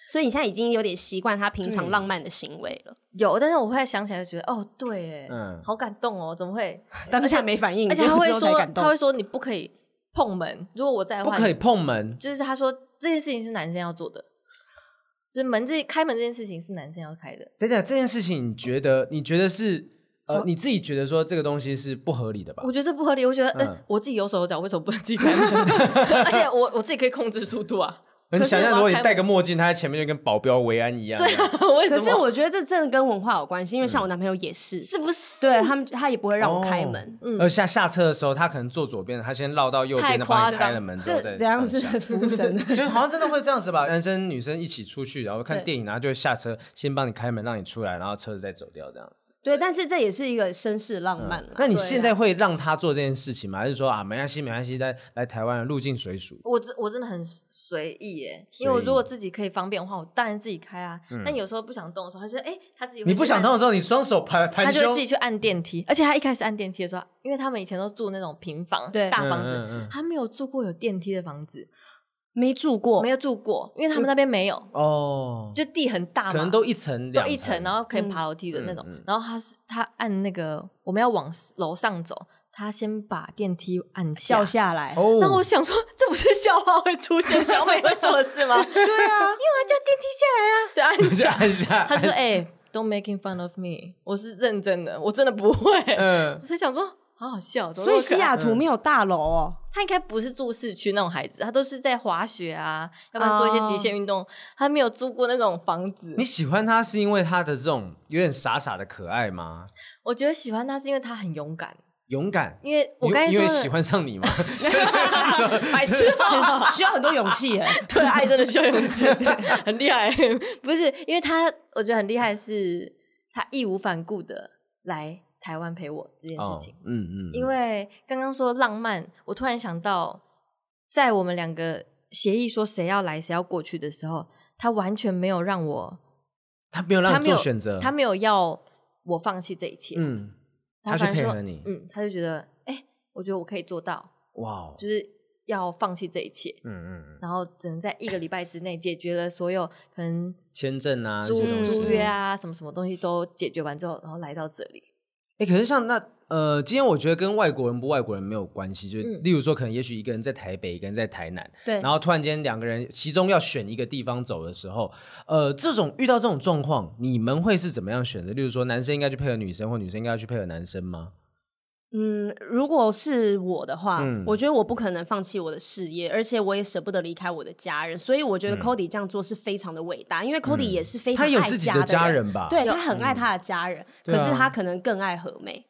S2: 所以你现在已经有点习惯他平常浪漫的行为了。
S1: 有，但是我后来想起来就觉得，哦，对，哎、
S3: 嗯
S1: 好感动哦，怎么会？
S2: 当下没反应，
S1: 而且他会
S2: 只有才
S1: 说，
S2: 感动
S1: 他会说你不可以碰门，如果我在的
S3: 不
S1: 话，
S3: 可以碰门。
S1: 就是他说这件事情是男生要做的，就是门这开门这件事情是男生要开的。
S3: 等等，这件事情你觉得？你觉得是呃，你自己觉得说这个东西是不合理的吧
S1: 我？觉得这不合理，我觉得，呃
S3: 嗯
S1: (laughs) 我自己有手有脚，为什么不能自己开门？而且我我自己可以控制速度啊， (laughs)
S3: 你
S1: 可是
S3: 想象如果
S1: 我
S3: 你
S1: 要开啊
S3: 戴个墨镜，他在前面就跟保镖维安一样。对，
S1: 为什
S2: 可
S1: 么？
S2: 是我觉得这真的跟文化有关系，因为像我男朋友也是，
S1: 嗯是哦不是
S2: 对他们他也不会让我开门。
S3: 而呃下下车的时候，他可能坐左边，他先绕到右边，
S1: 嗯太
S3: 的帮你
S1: 夸张
S3: 开了门之后
S2: 这
S3: 再
S2: 怎样
S3: 放
S2: 是
S3: 下
S1: (laughs)
S2: 服务生 (laughs) 的？
S3: 所以好像真的会这样子吧，男生女生一起出去，然后看
S2: 对
S3: 电影，然后就下车，先帮你开门，让你出来，然后车子再走掉这样子。
S2: 对，但是这也是一个绅士浪漫
S1: 嗯
S2: 啦。
S3: 那你
S2: 对啊
S3: 现在会让他做这件事情吗？还是说啊，没关系，没关系，来来台湾入境随俗？
S1: 我真我真的很随意耶，
S3: 随意嗯
S1: 因为我如果自己可以方便的话，我当然自己开啊。但有时候不想动的时候，他就哎、他自己会
S3: 你不
S1: 去
S3: 想
S1: 按
S3: 动的时候，你双手盘
S1: 他
S3: 盘
S1: 就
S3: 胸
S1: 会自，己去按电梯，而且他一开始按电梯的时候，因为他们以前都住那种平房、
S2: 对
S1: 大房子，
S3: 嗯嗯嗯
S1: 他没有住过有电梯的房子，
S2: 没住过，
S1: 没有住过，因为他们那边没有，
S3: 哦，
S1: 就地很大嘛，
S3: 可能都一层
S1: 都
S3: 两
S1: 一层，然后可以爬楼梯的那种。
S3: 嗯嗯嗯
S1: 然后他是他按那个我们要往楼上走，他先把电梯按下
S2: 叫。下来。
S3: 哦，
S1: 那我想说，这不是笑话会出现，小美会做的事吗？ (laughs) 对啊，因为
S3: (laughs)
S1: 我要叫电梯下来啊，所以按
S3: 这
S1: 下。
S3: 样一下，
S1: 他说：“哎、d o n t making fun of me，我是认真的，我真的不会。 (laughs)
S3: 嗯
S1: 我，才想说，好好笑。怎么
S2: 所以
S1: 那么可
S2: 西
S1: 爱
S2: 雅图没有大楼
S3: (laughs)
S2: 哦，
S1: 他应该不是住市区那种孩子，他都是在滑雪啊，要不然做一些极
S3: 哦
S1: 限运动。他没有住过那种房子
S3: 你。喜欢他是因为他的这种有点傻傻的可爱吗？
S1: 我觉得喜欢他是因为他很勇敢，
S3: 勇敢。
S1: 因为我
S3: 因
S1: 刚才
S3: 因
S1: 说
S3: 为
S1: 的
S3: 喜欢上你吗？
S1: (laughs)
S3: (laughs)
S1: 白痴 (laughs) 哦、
S2: 很需要很多勇气耶。
S1: 对，爱真的 (laughs) 需要勇气，对很厉害。 (laughs) 不是因为他，我觉得很厉害是，他义无反顾的来台湾陪我这件事情。
S3: 哦嗯嗯，
S1: 因为刚刚说浪漫，我突然想到，在我们两个协议说谁要来谁要过去的时候，他完全没有让我，
S3: 他没有
S1: 他
S3: 让你
S1: 没有
S3: 做选择，
S1: 他没有要我放弃这一切，
S3: 嗯，他去
S1: 反而
S3: 配
S1: 说
S3: 合你，
S1: 嗯，他就觉得，哎、我觉得我可以做到，
S3: 哇哦，
S1: 就是要放弃这一切，
S3: 嗯嗯嗯，
S1: 然后只能在一个礼拜之内解决了所有可能
S3: 签证啊，这
S1: 租
S3: 些东西
S1: 租约，啊，什么什么东西都解决完之后，然后来到这里，
S3: 哎，可是像那呃，今天我觉得跟外国人不外国人没有关系，就
S1: 嗯
S3: 例如说，可能也许一个人在台北，一个人在台南，
S2: 对
S3: 然后突然间两个人其中要选一个地方走的时候，呃，这种遇到这种状况，你们会是怎么样选择？例如说，男生应该去配合女生，或女生应该要去配合男生吗？
S2: 嗯，如果是我的话，
S3: 嗯
S2: 我觉得我不可能放弃我的事业，而且我也舍不得离开我的家人，所以我觉得 Cody 这样做是非常的伟大，因为 Cody 也是非常
S3: 嗯他
S2: 爱
S3: 有自己的
S2: 家
S3: 家
S2: 人，
S3: 人吧？嗯
S2: 对他很爱他的家人，
S3: 对
S2: 可
S3: 啊
S2: 是他可能更爱和美，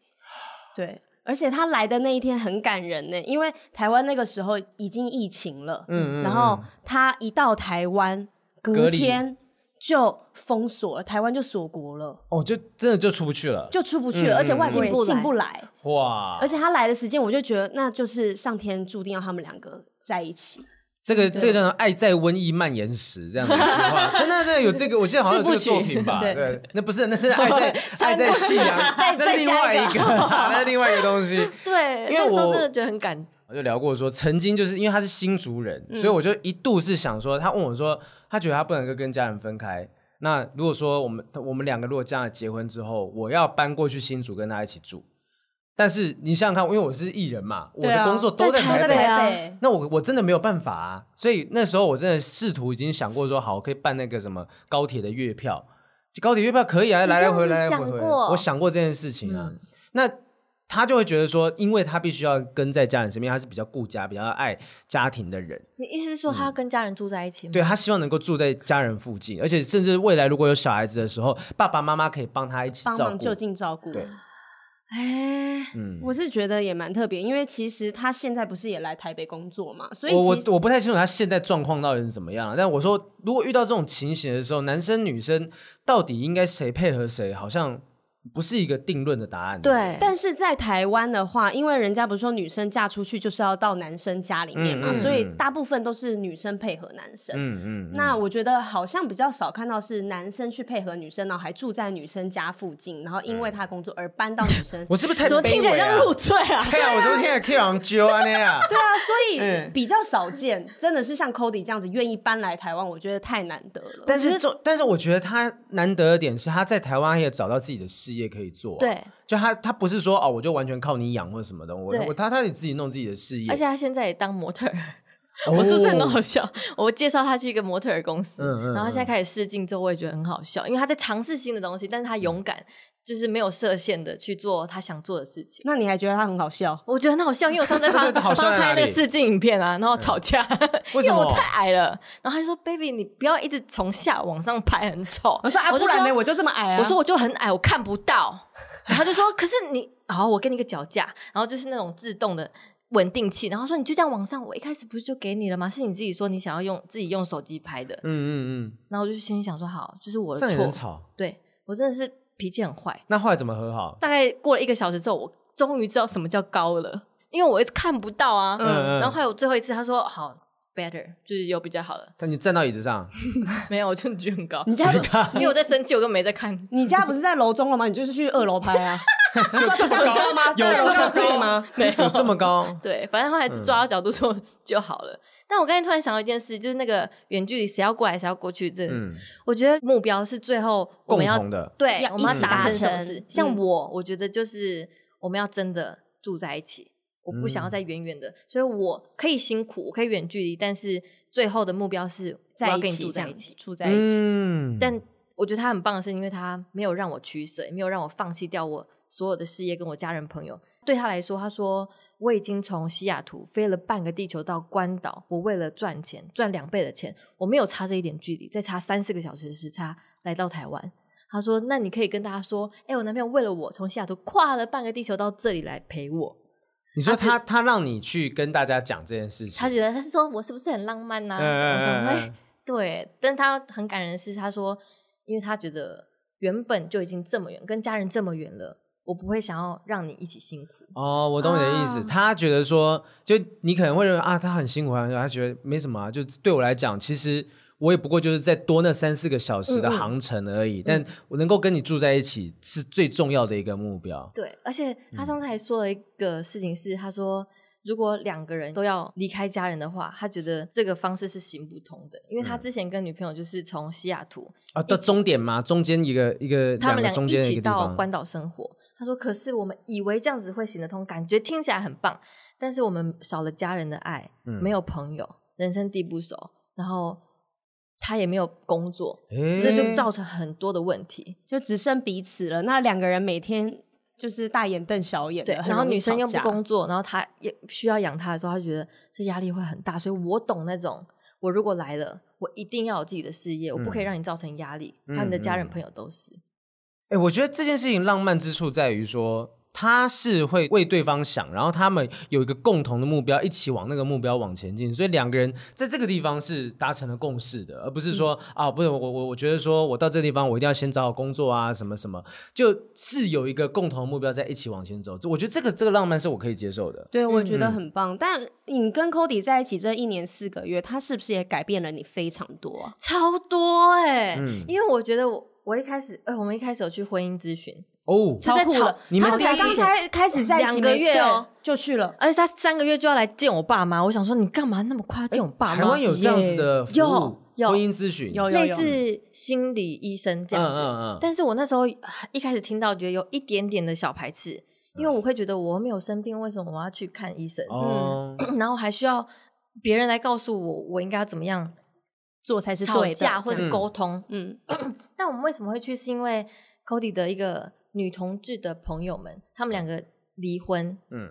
S2: 对。而且他来的那一天很感人呢，因为台湾那个时候已经疫情了，
S3: 嗯，嗯嗯，
S2: 然后他一到台湾，
S3: 隔
S2: 隔
S3: 离
S2: 天就封锁了，台湾就锁国了，
S3: 哦，就真的就出不去了，
S2: 就出不去了，
S3: 嗯
S2: 而且外国人
S1: 进不
S2: 也
S1: 来
S2: 进不来。
S3: 哇！
S2: 而且他来的时间，我就觉得那就是上天注定要他们两个在一起。
S3: 这个这个叫什么“爱在瘟疫蔓延时”这样的一句话，真的真的有这个，我记得好像有这个作品吧？
S2: 四部曲
S3: 对，那不是，那是爱在爱在夕阳，
S1: 再
S3: 那是另外一
S1: 再
S3: 个，那是另外一个东西。
S1: 对，
S3: 因为
S1: 那时候
S3: 我
S1: 真的觉得很感
S3: 我就聊过说，曾经就是因为他是新族人，所以我就一度是想说，他问我说，他觉得他不能够跟家人分开。那如果说我们我们两个如果将来结婚之后，我要搬过去新竹跟他一起住，但是你想想看，因为我是艺人嘛，我
S2: 对
S3: 的
S2: 啊
S3: 工作都在台
S2: 北
S3: 北，
S2: 啊，
S3: 那我我真的没有办法啊，所以那时候我真的试图已经想过说，好，我可以办那个什么高铁的月票，高铁月票可以啊，来来回
S1: 这
S3: 来
S1: 样
S3: 来
S1: 子
S3: 回回，
S1: 想过嗯
S3: 我想过这件事情啊。那他就会觉得说，因为他必须要跟在家人身边，他是比较顾家、比较爱家庭的人，
S1: 你意思是说
S3: 嗯
S1: 他跟家人住在一起吗？
S3: 对他希望能够住在家人附近，而且甚至未来如果有小孩子的时候，爸爸妈妈可以帮他一起
S2: 帮
S3: 照
S2: 忙就
S3: 顾。
S2: 近照顾。
S3: 对
S1: 哎、
S3: 嗯，
S2: 我是觉得也蛮特别，因为其实他现在不是也来台北工作嘛，所以
S3: 我我
S2: 其实
S3: 我不太清楚他现在状况到底是怎么样啊，但我说如果遇到这种情形的时候，男生女生到底应该谁配合谁，好像不是一个定论的答案。不
S1: 对，
S2: 但是在台湾的话，因为人家不是说女生嫁出去就是要到男生家里面嘛，
S3: 嗯嗯
S2: 所以
S3: 嗯
S2: 大部分都是女生配合男生。
S3: 嗯嗯，
S2: 那我觉得好像比较少看到是男生去配合女生，然后还住在女生家附近，然后因为他工作而搬到女生。
S3: 我是不是太
S1: 怎么听起来
S3: 卑微啊
S1: 像入赘啊？
S3: 对啊，我怎么听起来 K 王揪啊那样？
S2: (laughs) 对啊，所以比较少见，真的是像 Cody 这样子愿意搬来台湾，我觉得太难得了。
S3: 但是这，但是我觉得他难得的点是，他在台湾也找到自己的事业可以做啊、
S1: 对，
S3: 就他他不是说哦，我就完全靠你养或者什么的，我
S1: 对
S3: 我他他得自己弄自己的事业。
S1: 而且他现在也当模特儿，
S3: 哦
S1: (laughs) 我是不是很好笑？我介绍他去一个模特儿公司，
S3: 嗯嗯嗯
S1: 然后他现在开始试镜之后，我也觉得很好笑，因为他在尝试新的东西，但是他勇敢，就是没有设限的去做他想做的事情。
S2: 那你还觉得他很好笑？
S1: 我觉得很好笑，因为我上次
S3: (laughs)
S1: 在
S3: 对
S1: 帮
S3: 对好
S1: 帮
S3: 笑在
S1: 他
S3: 哪里
S1: 拍
S3: 嗯
S1: 那个试镜影片啊，然后吵架，
S3: 为
S1: 因
S3: 什
S1: 为
S3: 么
S1: 我太矮了，然后他就说：“baby，你不要一直从下往上拍，很
S3: 哦
S1: 丑。”
S2: 我说啊，
S1: 我
S2: 不
S1: 就
S2: 然呢？
S1: 说
S2: 我就这么矮啊！
S1: 我说我就很矮，我看不到。然后他就说， (laughs) 可是你，好，我给你一个脚架，然后就是那种自动的稳定器，然后说你就这样往上。我一开始不是就给你了吗？是你自己说你想要用自己用手机拍的
S3: 嗯，嗯
S1: 然后我就心里想说，好，就是我
S3: 嗯，这样
S1: 的
S3: 也很
S1: 错。
S3: 吵。
S1: 对我真的是脾气很坏。
S3: 那后来怎么和好？
S1: 大概过了一个小时之后，我终于知道什么叫高了，因为我一直看不到啊。
S3: 嗯嗯
S1: 然后还有最后一次，他说好。better 就是有比较好了，
S3: 但你站到椅子上，
S1: 没有，我真的觉得
S3: (laughs)
S1: 很高，
S2: 你家不
S1: 因为我在生气，我根本没在看。
S2: 你家不是在楼中了吗？你就是去二楼拍啊？有这么高吗？
S3: 有这么
S2: 可以
S3: (laughs) 高
S2: 吗？？
S1: 没
S3: (laughs)
S1: (laughs)
S3: 有这么高？嗯
S1: 对，反正后来就抓到角度就、就好了。但我刚才突然想到一件事，就是那个远距离谁要过来谁要过去这，
S3: 嗯，
S1: 我觉得目标是最后我
S3: 共
S1: 们要
S3: 同的。
S1: 对
S2: 要
S1: 我们
S2: 一
S1: 要
S2: 起达
S1: 达成什么
S2: 成
S1: 事
S2: 嗯。
S1: 像我，我觉得就是我们要真的住在一起，我不想要再远远的，所以我可以辛苦，我可以远距离，但是最后的目标是我
S2: 在
S1: 要
S2: 一
S1: 跟你
S2: 起，
S1: 住在
S2: 这
S1: 一
S2: 样
S1: 起
S2: 子。住在一起。
S3: 嗯，
S1: 但我觉得他很棒的是，因为他没有让我取舍，也没有让我放弃掉我所有的事业跟我家人朋友。对他来说，他说我已经从西雅图飞了半个地球到关岛，我为了赚钱赚两倍的钱，我没有差这一点距离，再差三四个小时的时差来到台湾。他说：“那你可以跟大家说，哎、我男朋友为了我从西雅图跨了半个地球到这里来陪我。
S3: 你说他他让你去跟大家讲这件事情，
S1: 他觉得他是说我是不是很浪漫呐、
S3: 嗯
S1: 我说：“
S3: 嗯嗯
S1: 哎、
S3: 嗯
S1: 对，但他很感人的是，他说，因为他觉得原本就已经这么远，跟家人这么远了，我不会想要让你一起辛苦。
S3: 哦，我懂你的意思。
S2: 啊
S3: 他觉得说，就你可能会认为啊，他很辛苦，很他觉得没什么、啊。就对我来讲，其实我也不过就是再多那三四个小时的
S1: 嗯嗯
S3: 航程而已。但我能够跟你住在一起，是最重要的一个目标。
S1: 对，而且他上次还说了一个事情是，他说如果两个人都要离开家人的话，他觉得这个方式是行不通的，因为他之前跟女朋友就是从西雅图，
S3: 啊，到终点嘛，中间一个一个
S1: 他们
S3: 个
S1: 俩
S3: 中
S1: 一
S3: 间的一
S1: 起
S3: 个地
S1: 到
S3: 方，
S1: 关岛生活。他说：“可是我们以为这样子会行得通，感觉听起来很棒，但是我们少了家人的爱，
S3: 嗯
S1: 没有朋友，人生地不熟，然后他也没有工作，
S3: 诶
S1: 这就造成很多的问题。
S2: 就只剩彼此了。那两个人每天就是大眼瞪小眼的，
S1: 对，
S2: 很
S1: 然后
S2: 容易
S1: 女生
S2: 吵
S1: 又不
S2: 架
S1: 工作，然后他也需要养他的时候，他觉得这压力会很大，所以我懂那种，我如果来了，我一定要有自己的事业，我不可以让你造成压力，
S3: 嗯
S1: 还有你的家
S3: 嗯
S1: 人朋友都是。
S3: 哎、我觉得这件事情浪漫之处在于说，他是会为对方想，然后他们有一个共同的目标，一起往那个目标往前进，所以两个人在这个地方是达成了共识的，而不是说、
S1: 嗯
S3: 啊，不是我我我觉得说我到这地方我一定要先找好工作啊，什么什么，就是有一个共同的目标在一起往前走。这我觉得这个这个浪漫是我可以接受的。
S2: 对，我觉
S3: 嗯
S2: 得很棒。但你跟 Cody 在一起这一年四个月，他是不是也改变了你非常多啊？
S1: 超多哎、
S3: 嗯
S1: 因为我觉得我我一开始，哎、我们一开始有去婚姻咨询，
S3: 哦，
S1: 就在
S2: 酷
S1: 吵
S2: 的，
S3: 你们
S1: 超
S3: 第
S1: 级
S3: 一
S1: 第
S2: 刚
S1: 一
S2: 才开始在一起
S1: 两个
S2: 没
S1: 月
S2: 对
S1: 哦
S2: 就去了。
S1: 而且他三个月就要来见我爸妈，我想说你干嘛那么快要见我爸妈？
S3: 哎台湾有这样子的服务
S1: 有，有
S3: 婚姻咨询，
S2: 有
S1: 类似心理医生这样子，
S3: 嗯嗯嗯
S1: 但是我那时候呃一开始听到，觉得有一点点的小排斥，因为我会觉得我没有生病，为什么我要去看医生？嗯
S3: 哦，
S1: 然后还需要别人来告诉我我应该要怎么样
S2: 做才是
S1: 吵
S2: 对的，
S1: 架或
S2: 这样
S1: 是沟通。
S2: 嗯，
S1: 但我们为什么会去？是因为 Cody 的一个女同志的朋友们，他们两个离婚，
S3: 嗯，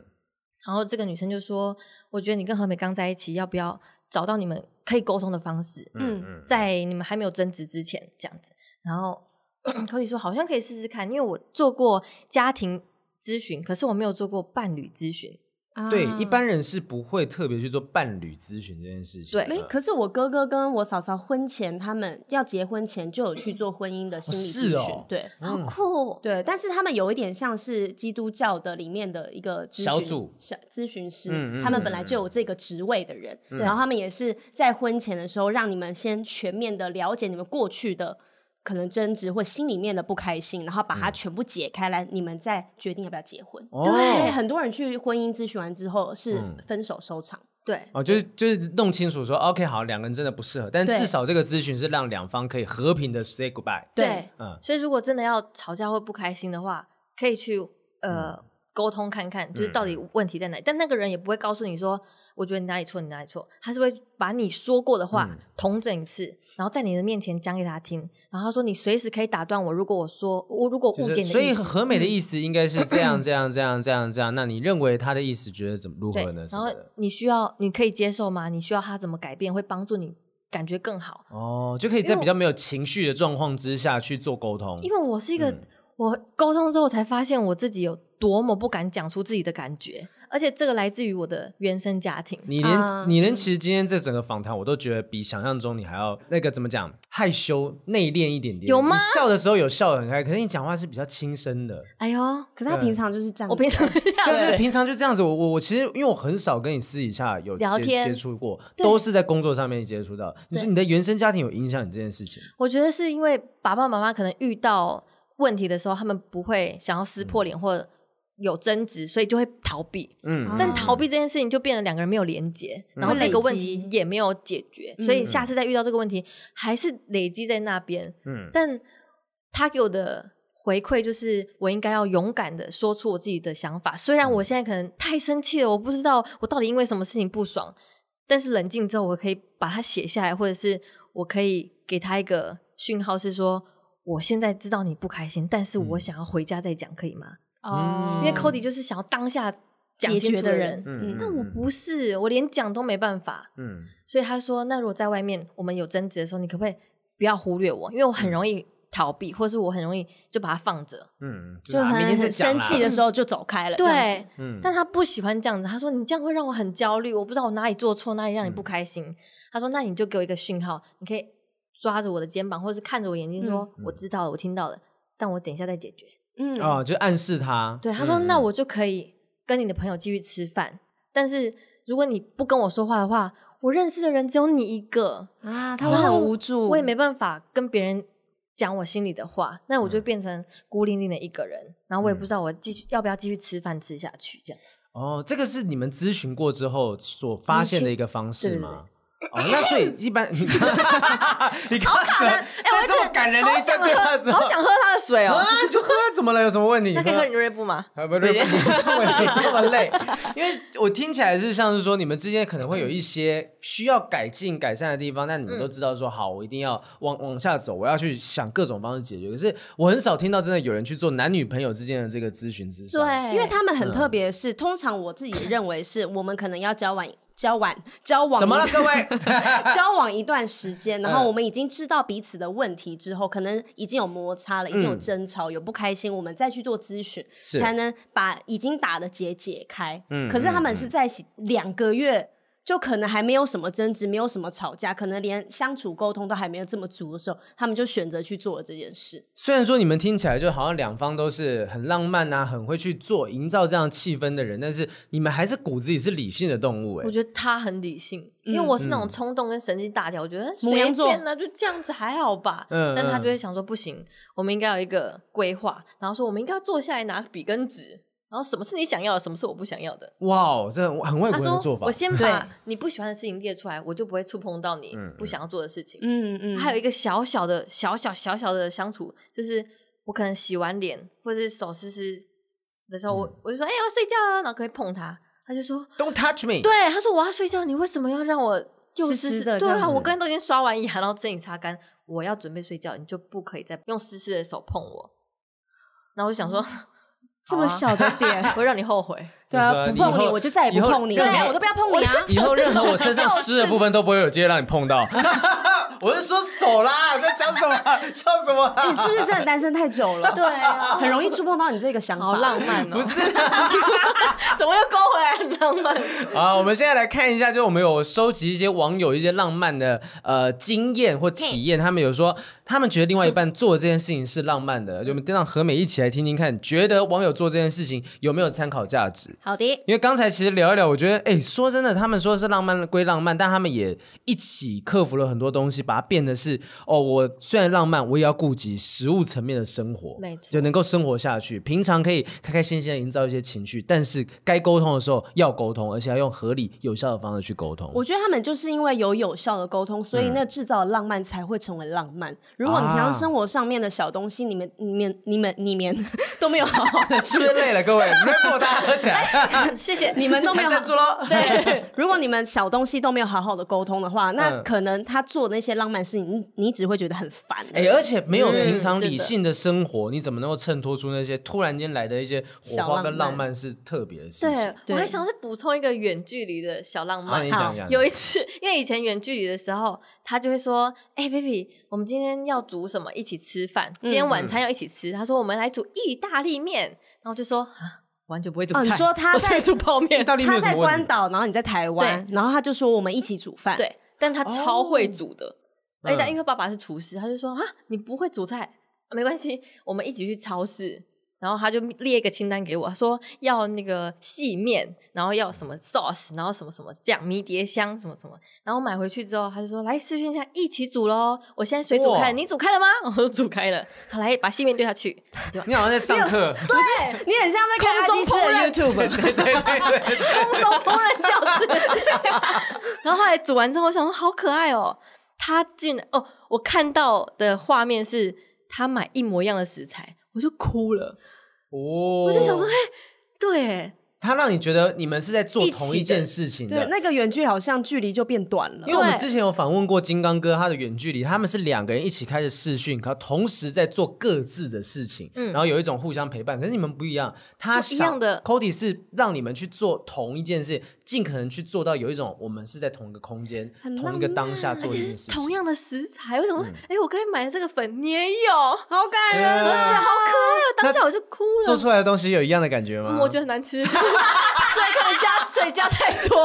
S1: 然后这个女生就说：“我觉得你跟何美刚在一起，要不要找到你们可以沟通的方式？
S3: 嗯
S2: 嗯
S3: 嗯，
S1: 在你们还没有争执之前，这样子。”然后 (coughs) Cody 说：“好像可以试试看，因为我做过家庭咨询，可是我没有做过伴侣咨询。嗯
S3: 对，
S2: 啊
S3: 一般人是不会特别去做伴侣咨询这件事情的。
S1: 对
S2: 没。可是我哥哥跟我嫂嫂婚前，他们要结婚前就有去做婚姻的心理
S3: 是
S2: 咨询，
S3: 哦
S2: 对
S1: 好酷！哦
S2: 对。但是他们有一点像是基督教的里面的一个咨询
S3: 小组
S2: 小咨询师，
S3: 嗯嗯
S2: 他们
S3: 嗯
S2: 本来就有这个职位的人，
S3: 嗯
S2: 然后他们也是在婚前的时候让你们先全面的了解你们过去的。可能争执或心里面的不开心，然后把它全部解开来，你们再决定要不要结婚。
S3: 嗯哦
S2: 对，很多人去婚姻咨询完之后是
S3: 嗯
S2: 分手收场。
S1: 对，
S3: 哦，就是就是弄清楚说，OK，好，两个人真的不适合，但
S2: 对
S3: 至少这个咨询是让两方可以和平的 say goodbye。
S1: 对
S3: 嗯嗯
S1: 所以如果真的要吵架或不开心的话，可以去呃、沟通看看，就是到底问题在哪里。但那个人也不会告诉你说，我觉得你哪里错，你哪里错，他是会把你说过的话
S3: 嗯
S1: 统整一次，然后在你的面前讲给他听。然后他说你随时可以打断我，如果我说我如果
S3: 就
S1: 误解
S3: 是
S1: 你
S3: 所
S1: 的意
S3: 以
S1: 思。嗯
S3: 和美的意思应该是这
S1: (clears throat)
S3: 样这样这样这样这样。那你认为他的意思觉得怎么如
S1: 对
S3: 何呢？，什
S1: 然
S3: 么
S1: 后
S3: 的
S1: 你需要，你可以接受吗？你需要他怎么改变，会帮助你感觉更好。
S3: 哦，就可以在比较没有情绪的状况之下去做沟通。
S1: 因为我是一个，我沟通之后才发现我自己有多么不敢讲出自己的感觉，而且这个来自于我的原生家庭。
S3: 你连、
S2: 啊
S1: 嗯
S3: 你连其实今天这整个访谈，我都觉得比想象中你还要那个怎么讲害羞内敛一点点。
S1: 有吗
S3: 你笑的时候有笑得很开，可是你讲话是比较轻声的。
S1: 哎呦，
S2: 可是他
S3: 对
S2: 平常就是这样，
S1: 我平常是这样
S3: 对，就是
S1: 子
S3: 平常就这样子。我我我其实因为我很少跟你私底下有
S1: 聊
S3: 接
S1: 天
S3: 接触过，
S1: 对
S3: 都是在工作上面接触到。你说你的原生家庭有影响你这件事情，
S1: 我觉得是因为爸爸妈妈可能遇到问题的时候，他们不会想要撕破脸或者有争执，所以就会逃避。
S3: 嗯，
S1: 但
S2: 哦
S1: 逃避这件事情就变得两个人没有连接，
S3: 嗯
S1: 然后这个问题
S2: 累积
S1: 也没有解决，
S2: 嗯
S1: 所以下次再遇到这个问题还是累积在那边。
S3: 嗯
S1: 但他给我的回馈就是，我应该要勇敢的说出我自己的想法。虽然我现在可能太生气了，我不知道我到底因为什么事情不爽，但是冷静之后，我可以把它写下来，或者是我可以给他一个讯号，是说我现在知道你不开心，但是我想要回家再讲，可以吗？
S2: 哦
S3: 嗯
S1: 因为 Cody 就是想要当下讲
S2: 解
S1: 清
S2: 决
S1: 楚的
S2: 的
S1: 人
S2: 人，，
S3: 嗯，
S1: 但我不是，我连讲都没办法。
S3: 嗯，
S1: 所以他说，那如果在外面我们有争执的时候，你可不可以不要忽略我？因为我很容易逃避，或是我很容易就把它放着。
S3: 嗯嗯，
S2: 就
S3: 啊
S2: 可
S3: 明
S2: 能
S3: 天再
S2: 很
S3: 讲
S2: 生
S3: 啦
S2: 气的时候就走开了。这样子
S1: 对，
S3: 嗯，
S1: 但他不喜欢这样子。他说：“你这样会让我很焦虑，我不知道我哪里做错，哪里
S3: 嗯
S1: 让你不开心。他说：“那你就给我一个讯号，你可以抓着我的肩膀，或是看着我眼睛说：‘
S3: 嗯
S1: 我知道了，我听到了，但我等一下再解决。
S2: 嗯
S3: 哦，就暗示他。
S1: 对，他说：“
S3: 嗯
S1: 那我就可以跟你的朋友继续吃饭，但是如果你不跟我说话的话，我认识的人只有你一个。”
S2: 啊，
S3: 哦
S2: 他会很无助，
S1: 我
S3: 嗯
S1: 也没办法跟别人讲我心里的话，那
S3: 嗯
S1: 我就变成孤零零的一个人，然后我也不知道我继续要不要继续吃饭吃下去，
S3: (laughs)
S1: 这样
S3: 哦，这个是你们咨询过之后所发现的一个方式吗？哦，那所以一般
S1: (laughs)
S3: 你看，你看这在这么感人
S1: 哎
S3: 的一段对话之后，
S1: 好想喝他的水哦
S3: (laughs) 啊。，你就喝怎么了？有什么问题？
S1: 那可以喝你的锐步吗？
S3: 啊，不是，不是这么累，这么
S1: (laughs)
S3: 累，因为我听起来是像是说你们之间可能会有一些需要改进、改善的地方，但你
S1: 嗯
S3: 们都知道说好，我一定要往往下走，我要去想各种方式解决。可是我很少听到真的有人去做男女朋友之间的这个咨询之上，，
S1: 对，
S2: 因为他们很
S3: 嗯
S2: 特别是，通常我自己认为是我们可能要交往交往交往
S3: 怎么
S2: 一
S3: 了，各位？
S2: 交往一段时间，然后
S3: 嗯
S2: 我们已经知道彼此的问题之后，可能已经有摩擦了，已经有争吵，有不开心，我们再去做咨询，
S3: 嗯是
S2: 才能把已经打的结解开。
S3: 嗯
S2: 可是他
S3: 嗯
S2: 们是在一起两个月。就可能还没有什么争执，没有什么吵架，可能连相处沟通都还没有这么足的时候，他们就选择去做了这件事。
S3: 虽然说你们听起来就好像两方都是很浪漫啊，很会去做营造这样气氛的人，但是你们还是骨子里是理性的动物哎、
S1: 我觉得他很理性，因
S3: 嗯
S1: 为我是那种冲动跟神经大条，我觉得随
S2: 母羊座
S1: 便呢、啊就这样子还好吧。
S3: 嗯
S1: 但他
S3: 嗯
S1: 就会想说不行，我们应该有一个规划，然后说我们应该要坐下来拿笔跟纸，然后什么是你想要的，什么是我不想要的。
S3: 哇哦，这很很外
S1: 他
S3: 国人的
S1: 说
S3: 做：“法
S1: 我。先
S2: 对
S1: 把你不喜欢的事情列出来，我就不会触碰到你
S3: 嗯
S1: 不想要做的事情。
S2: 嗯嗯
S1: 还有一个小小的、小小小小的相处，就是我可能洗完脸或者是手湿湿的时候，
S2: 嗯
S1: 我我就说：‘哎、我要睡觉了。’然后可以碰他，他就说
S3: Don't touch：‘me。
S1: 对。’啊他说：‘我要睡觉，你为什么要让我又
S2: 湿
S1: 湿
S2: 湿的
S1: 对
S2: 这
S1: 啊，
S2: 样子
S1: 我刚才都已经刷完牙，然后自己擦干，我要准备睡觉，你就不可以再用湿湿的手碰我。’然后我就想说，
S2: 这
S1: 好啊
S2: 么小的点，
S1: (laughs) 我会让你后悔。
S2: 对
S3: 就
S2: 啊，
S3: 是
S2: 不
S3: 你
S2: 碰
S3: 以
S2: 你，
S3: 后
S2: 我就再也
S3: 以
S2: 不
S3: 后
S2: 碰你，嗯
S3: 对
S2: 对我都不要
S1: (laughs)
S2: 碰你
S3: (laughs)
S2: 啊！
S3: 以后任何我身上湿的部分都不会有机会让你碰到。
S1: (laughs)
S3: 我是说手啦，在讲什么？ (laughs) 笑什么
S1: (laughs)
S3: 啊？
S2: 你是不是真的单身太久了？对啊，很容易触碰到你这个想法。
S1: 好浪漫哦！
S3: 不是
S1: (laughs) 怎么又勾回来很浪漫？
S3: (laughs) 啊，我们现在来看一下，就是我们有收集一些网友一些浪漫的呃经验或体验，他们有说他们觉得另外一半做这件事情是浪漫的，就我们让何美一起来听听看，觉得网友做这件事情有没有参考价值？
S2: (laughs) 好的，
S3: 因为刚才其实聊一聊，我觉得，哎，说真的，他们说是浪漫归浪漫，但他们也一起克服了很多东西，把它变得是哦，我虽然浪漫，我也要顾及实物层面的生活，
S2: 没错
S3: 就能够生活下去。平常可以开开心心的营造一些情绪，但是该沟通的时候要沟通，而且要用合理有效的方式去沟通。
S2: 我觉得他们就是因为有有效的沟通，
S3: 嗯
S2: 所以那制造的浪漫才会成为浪漫。如果你平
S3: 啊
S2: 常生活上面的小东西，你们、你们、你们、你们 (laughs) 都没有好好
S3: (laughs)
S2: 的
S3: 是不是累了，各位？没有大家喝起来，
S1: 啊谢谢
S2: (laughs) 你们都没有
S3: 站住喽。
S2: 对，如果你们小东西都没有好好的沟通的话，
S3: 嗯
S2: 那可能他做的那些浪漫事情，你你只会觉得很烦。
S3: 哎、而且没有平常
S1: 真的
S3: 理性的生活，你怎么能够衬托出那些突然间来的一些火
S2: 小
S3: 花
S2: 浪
S3: 跟
S2: 漫
S3: 浪漫是特别的事情？
S1: 对，
S2: 对
S1: 我还想是补充一个远距离的小浪
S3: 好，
S1: 漫
S3: 啊你。
S1: 好
S3: 讲讲。
S1: 有一次，因为以前远距离的时候，他就会说：“哎、b a b y 我们今天要煮什么？一起吃饭，
S2: 嗯
S1: 今天晚餐要一起吃。他说：“我们来煮意大利面。”然后我就说：“啊，完全不会煮菜。
S2: 哦，你说他
S1: 我只会
S2: 在
S1: 煮泡面
S3: 意。大利面
S2: 他
S3: 有什
S2: 在
S3: 么问
S2: 关
S3: 题？
S2: 岛，然后你在台湾，然后他就说我们一起煮饭。”，
S1: 对，但他超会煮的。而且他
S3: 哦嗯
S1: 因为爸爸是厨师，他就说：“啊，你不会煮菜，没关系，我们一起去超市。”然后他就列一个清单给我，他说要那个细面，然后要什么 sauce，然后什么什么酱、迷迭香什么什么。然后买回去之后，他就说：“来，私讯一下，一起煮喽！我现在水煮开
S3: 哇
S1: 了，你煮开了吗？”我说：“煮开了。”好，来把细面丢下去。
S3: 你好像在上课，
S2: 对你很像在看
S1: 空
S2: 阿
S1: 中
S2: 基斯
S1: 烹饪
S2: 的 YouTube。
S3: (laughs) 对 (laughs) 对啊对 (laughs) 对，
S1: (laughs) 空中烹饪教室。啊然后后来煮完之后，我想说好可爱哦，他竟然哦，我看到的画面是他买一模一样的食材，我就哭了，
S3: 哦，
S1: 我就想说，哎，对，
S3: 他让你觉得你们是在做
S1: 一
S3: 同
S1: 起
S3: 一件
S1: 的
S3: 事情
S2: 对
S3: 的，。
S2: 那个远距好像距离就变短了
S3: 因。为我们
S1: 对
S3: 之前有访问过金刚哥，他的远距离，他们是两个人一起开着视讯，可同时在做各自的事情，然后有一种互相陪伴。可是你们不一样，他
S1: 做一
S3: 想
S1: 样的
S3: ，Cody 是让你们去做同一件事，尽可能去做到有一种我们是在同一个空间、同一个当下
S1: 啊而
S3: 做一
S1: 且
S3: 件事
S1: 是
S3: 情，
S1: 同样的食材，为什么？
S3: 嗯
S1: 哎，我刚才买的这个粉你也有，好
S2: 好感人
S3: 对啊
S2: 啊！
S1: 可爱哦，当下我就哭
S3: 做
S1: 了。嗯
S3: 出来的东西有一样的感觉吗？
S1: 我觉得很
S3: (laughs)
S1: 难吃，水可能加水加太多，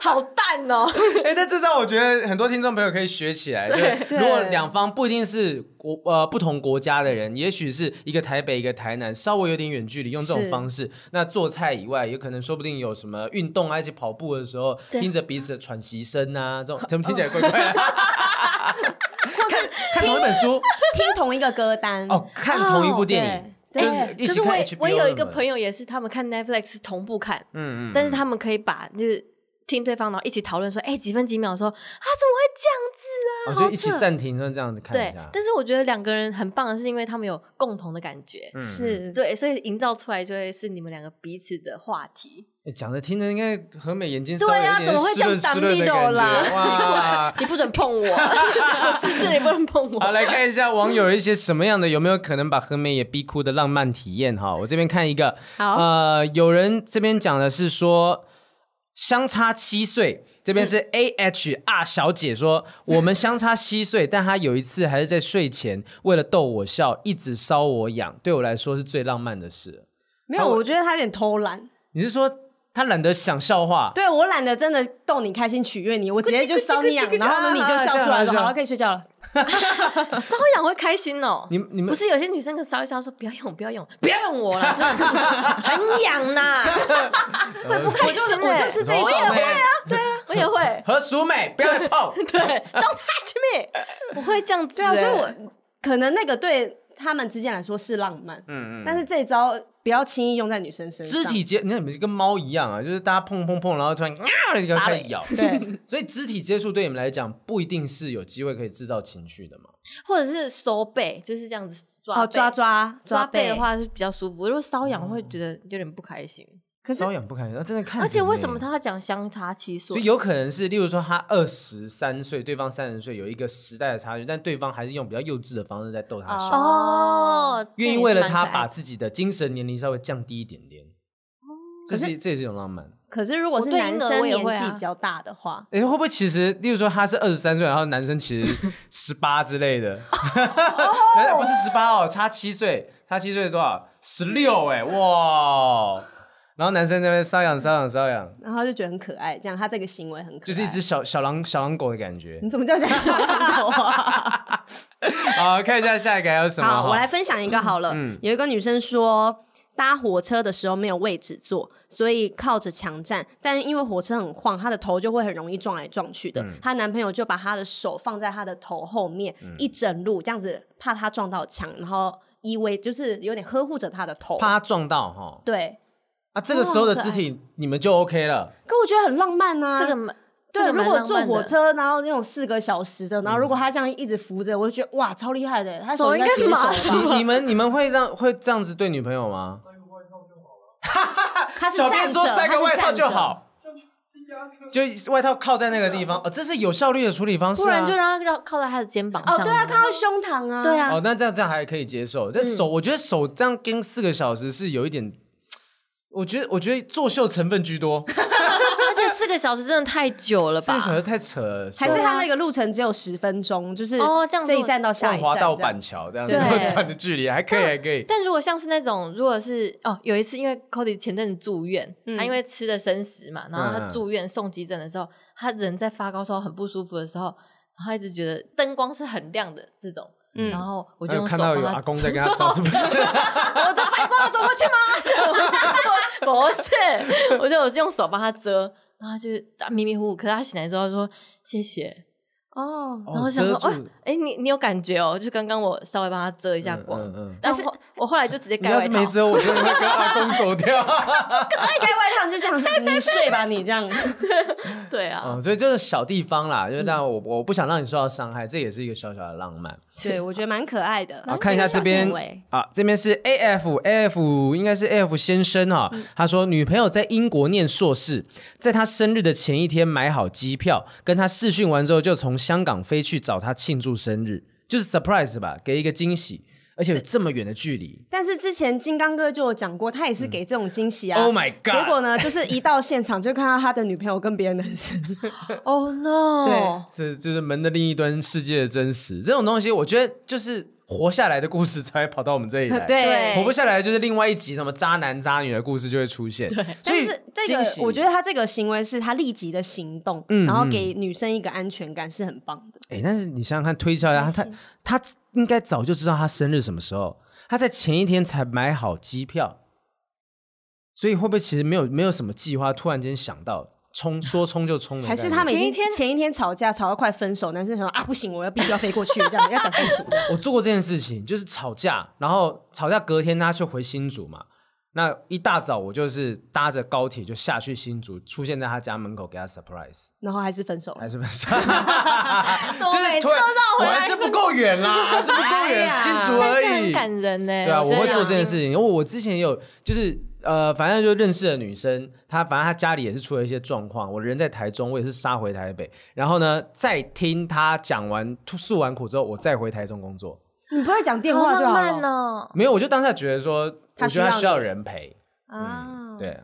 S1: 好淡
S3: (laughs)
S1: 哦。
S3: 哎、但至少我觉得很多听众朋友可以学起来。对，
S2: 对
S3: 如果两方不一定是国呃不同国家的人，也许是一个台北一个台南，稍微有点远距离，用这种
S2: 是
S3: 方式。那做菜以外，有可能说不定有什么运动啊，一起跑步的时候，听着彼此的喘息声啊，这种怎么听起来怪怪
S1: (laughs)
S3: 的？看看同一本书
S2: 听同一个歌单，
S3: 哦，看同一部电影。
S2: 对
S3: 就
S2: 对
S3: 一起
S1: 可是我
S3: 看
S1: 也
S3: HBO
S1: 我有一个
S3: 的嘛
S1: 朋，友也是，他们看 Netflix 是同步看，
S3: 嗯嗯，
S1: 但是他们可以把就是听对方，然后一起讨论说，哎、几分几秒说啊，怎么
S3: 我
S1: 会这样子啊？
S3: 哦就
S1: 好
S3: 一起
S1: 扯
S3: 暂停，像这样子看一
S1: 对
S3: 下，。
S1: 但是我觉得两个人很棒的是，因为他们有共同的感觉，
S2: 是
S1: 对，所以营造出来就会是你们两个彼此的话题。
S3: 诶讲着听着，应该和美眼睛稍
S1: 对
S3: 微有
S1: 啊，
S3: 点
S1: 怎么会
S3: 湿
S1: 这样
S3: 润
S1: 挡
S3: 湿润
S1: 地
S3: 的
S1: 斗
S3: 感
S1: 啦？
S3: 觉，
S1: 奇
S3: 哇
S1: 怪，！你不准碰我，我是是你不能碰
S3: 好，
S1: 我。
S3: 来看一下网友一些什么样的，有没有可能把何美也逼哭的浪漫体验哈？我这边看一个，
S1: 好，
S3: 呃，有人这边讲的是说。相差七岁，这边
S1: 嗯
S3: 是 A H R 小姐说，我们相差七岁，但她有一次还是在睡前为了逗我笑，一直搔我痒，对我来说是最浪漫的事。
S2: 没有，我觉得他有点偷懒。
S3: 你是说她懒得想笑话？
S2: 对我懒得真的逗你开心取悦你，我直接就搔你痒，然后呢你就笑出来说
S3: 啊啊啊
S2: 好了可以睡觉了。
S1: 搔痒会开心哦。
S3: 你你们
S1: 不是有些女生可能搔一搔说不要用不要用不要用我啦，真的很痒呐，会不开心
S2: 我
S1: 欸
S2: 就是这一种
S1: 我也会
S3: 哎，
S1: 啊，对啊，我也会 (laughs)
S3: 何淑美不要来碰，
S1: 对，Don't touch me，我会这样子欸，
S2: 对啊，所以我可能那个对他们之间来说是浪漫，嗯嗯，但是这一招不要轻易用在女生身上。
S3: 肢体接，你看你们跟猫一样啊，就是大家碰碰碰，然后突然啊，就开始咬。
S2: 对，
S3: 所以肢体接触对你们来讲，不一定是有机会可以制造情绪的嘛。
S1: 或者是手背就是这样子抓
S2: 哦
S1: 背
S2: 抓抓
S1: 抓
S2: 背
S1: 背哦的，话是比较舒服，如果搔痒会觉得有点不开心，
S3: 可是瘙痒不开心，啊真的看人
S1: 而
S3: 欸。
S1: 且为什么他要讲相差七
S3: 所以
S1: 岁？
S3: 有可能是，例如说他二十三岁，对方三十岁，有一个时代的差距，但对方还是用比较幼稚的方式在逗他笑，
S1: 哦，
S3: 愿意为了他
S1: 他
S3: 把自己的精神年龄稍微降低一点点。这是这也是一种浪漫。
S2: 可是如果是
S1: 我对
S2: 男
S1: 婴儿
S2: 生
S1: 我也
S2: 年
S1: 会啊
S2: 纪比较大的话，
S3: 哎，会不会其实，例如说他是二十三岁，然后男生其实十八之类的， (laughs) 不是十八哦，差七岁，差七岁多少？十六哎，哇！然后男生在那边瘙痒瘙痒瘙痒，
S2: 然后他就觉得很可爱，这样他这个行为很可爱。
S3: 就是一只小小狼小狼狗的感觉
S2: (laughs) 你怎么叫人家小狼狗
S3: (laughs)
S2: 啊？
S3: 好，看一下下一个还有什么？
S2: 好，我
S3: 哈嗯
S2: 来分享一个好了。有一个女生说，搭火车的时候没有位置坐，所以靠着墙站。但因为火车很晃，她的头就会很容易撞来撞去的。
S3: 嗯
S2: 她、男朋友就把她的手放在她的头后面，
S3: 嗯
S2: 一整路这样子，怕她撞到墙，然后依偎，就是有点呵护着她的头。
S3: 怕他撞到哈
S2: 对，
S3: 啊，这个时候的肢体你们就 OK 了，
S2: 可我觉得很浪漫啊。
S1: 这个蛮这
S2: 对，如
S1: 个蛮
S2: 果
S1: 浪
S2: 坐
S1: 漫的
S2: 火车，然后那种四个小时的，然
S3: 嗯
S2: 后如果他这样一直扶着，我就觉得哇，超厉害的，他
S1: 手
S2: 应该
S1: 应该
S2: 铁手了
S1: 麻
S2: 吧？
S3: 你你们你们会让会这样子对女朋友吗？
S2: 他是
S3: 小
S2: 站
S3: 编
S2: 着，
S3: 说塞
S2: 他
S3: 个
S2: 是
S3: 外套
S2: 站
S3: 就
S2: 着。
S3: 好，就外套靠在那个地方，哦，这是有效率的处理方式、啊。
S1: 不然就让他让靠在他的肩膀上
S2: 哦
S1: 啊。，
S2: 对啊，看到胸膛啊，嗯
S1: 对，啊，
S3: 哦，那这样这样还可以接受。但手，我觉得手这样跟四个小时是有一点，我觉得我觉得作秀成分居多，四
S1: 而 (laughs) 且四个小时真的太久了吧
S3: 个？小时太扯了，手
S2: 还是他那个路程只有十分钟，就是
S1: 啊哦这样子
S2: 一站到下
S3: 万
S2: 一
S3: 华
S2: 站
S3: 到
S2: 这样
S3: 板桥这样子
S2: 对
S3: 这么 (laughs) 短的距离，还可以还可以。
S1: 但如果像是那种，如果是哦，有一次因为 Cody 前阵子住院，他因为吃了生食嘛，然后
S3: 嗯
S1: 他
S3: 嗯
S1: 住院送急诊的时候，他人在发高烧很不舒服的时候，然后他一直觉得灯光是很亮的这种，然后我就
S3: 还有
S1: 用手
S3: 看到
S1: 帮
S3: 有
S1: 他
S3: 阿公在跟他照，是不是？
S2: (laughs)
S1: 我这白光走过去 (laughs) 吗？不是，我就我是用手帮他遮，然后他就是啊迷迷糊糊，可是他醒来之后他说谢谢。
S2: 哦，
S1: 然后我想说，
S3: 遮
S1: 哎、
S3: 住
S1: 哎、你你有感觉哦？就刚刚我稍微帮他遮一下
S3: 嗯
S1: 光，
S3: 嗯嗯
S1: 但是我我后来就直接
S3: 你
S1: 盖
S3: 要
S1: 外
S3: 是
S1: 套
S3: 没。遮，我就会跟阿公走
S2: (laughs)
S3: 掉。
S2: 盖哎外套你就想说你睡吧，你这
S1: (laughs)
S2: 样。
S1: 对啊，
S3: 嗯，所以就是小地方啦，
S2: 嗯
S3: 就是让我我不想让你受到伤害，这也是一个小小的浪漫。
S2: 对，我觉得蛮可爱的。
S3: 好，看一下这边啊，这边是 A F A F，应该是 A F 先生哈、
S2: 嗯
S3: 他说女朋友在英国念硕士，在他生日的前一天买好机票，跟他试训完之后就从香港飞去找他庆祝生日，就是 surprise 吧，给一个惊喜，而且有这么远的距离，
S2: 但是之前金刚哥就有讲过，他也是给这种惊喜啊。
S3: Oh my god
S2: 结果呢，就是一到现场就看到他的女朋友跟别的男生。
S3: 嗯
S1: Oh no！
S2: 对
S3: 这就是门的另一端世界的真实。这种东西，我觉得就是活下来的故事才会跑到我们这里
S2: (laughs)
S3: 来。
S1: 对
S3: 活不下来就是另外一集什么渣男渣女的故事就会出现。对， (laughs) 所
S2: 但
S3: 以
S2: 是这
S3: 惊喜嗯
S2: 个，我觉得他这个行为是他立即的行动，然后给女生一个安全感是很棒的。
S3: 哎、但是你想想看，推销一下，他他他应该早就知道他生日什么时候，他在前一天才买好机票，所以会不会其实没有没有什么计划，突然间想到冲说冲就冲的概
S2: 还
S3: 念，
S2: 是他们已经前一天吵架吵到快分手，男生想说啊不行，我要必须要飞过去，这样要讲清楚。
S3: 我做过这件事情，就是吵架，然后吵架隔天他就回新竹嘛。那一大早我就是搭着高铁就下去新竹，出现在他家门口给他 surprise，
S2: 然后还是分手了
S3: 还。是不 (laughs) 是？就是突然，我还是不够远啦，还是不够
S1: (laughs)
S3: 远，新竹而
S1: 哎啊但
S3: 已。
S1: 是很感人
S2: 哎
S1: 呢、
S3: 对啊，我
S1: 觉
S3: 会
S1: 得
S3: 做这件事情，因为我之前也有就是。呃，反正就认识的女生，她反正她家里也是出了一些状况。我人在台中，我也是杀回台北，然后呢，再听她讲完吐诉完苦之后，我再回台中工作。
S2: (laughs) 你不会讲电
S1: 好
S2: 话就好
S1: 浪漫
S2: 了。
S1: 哦、
S3: 没有，我就当下觉得说，
S2: 她
S3: 我
S2: 需
S3: 觉
S2: 要
S3: 得她需要
S2: 你啊
S3: 人陪。嗯，对。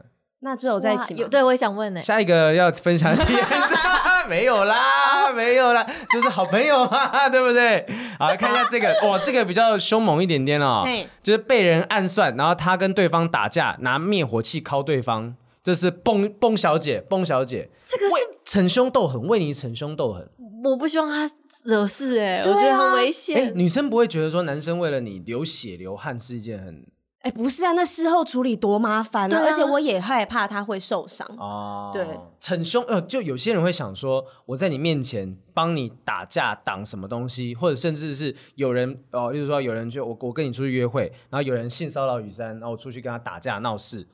S2: 那只有在一起
S1: 哇
S2: 吗
S1: 有对，我也想问呢、
S3: 下一个要分享的体验是 (laughs) 没有 (laughs) 啦，没有啦，就是好朋友嘛， (laughs) 对不对？好，看一下这 (laughs) 个，哇，这个比较凶猛一点点哦
S2: 嘿，
S3: 就是被人暗算，然后他跟对方打架，拿灭火器敲对方，这是蹦蹦小姐，蹦小姐，这个是逞凶斗狠，为你逞凶斗狠。
S1: 我不希望他惹事哎、
S2: 对
S1: 我
S2: 啊
S1: 觉得很危
S3: 哎，
S1: 险。
S3: 女生不会觉得说男生为了你流血流汗是一件很
S2: 哎、不是啊，那事后处理多麻烦
S1: 对
S2: 啊！
S1: 啊
S2: 而且我也害怕他会受伤。
S3: 哦，
S2: 对，
S3: 逞凶呃，就有些人会想说，我在你面前帮你打架挡什么东西，或者甚至是有人哦、例如说有人就我我跟你出去约会，然后有人性骚扰雨珊，然后我出去跟他打架闹事，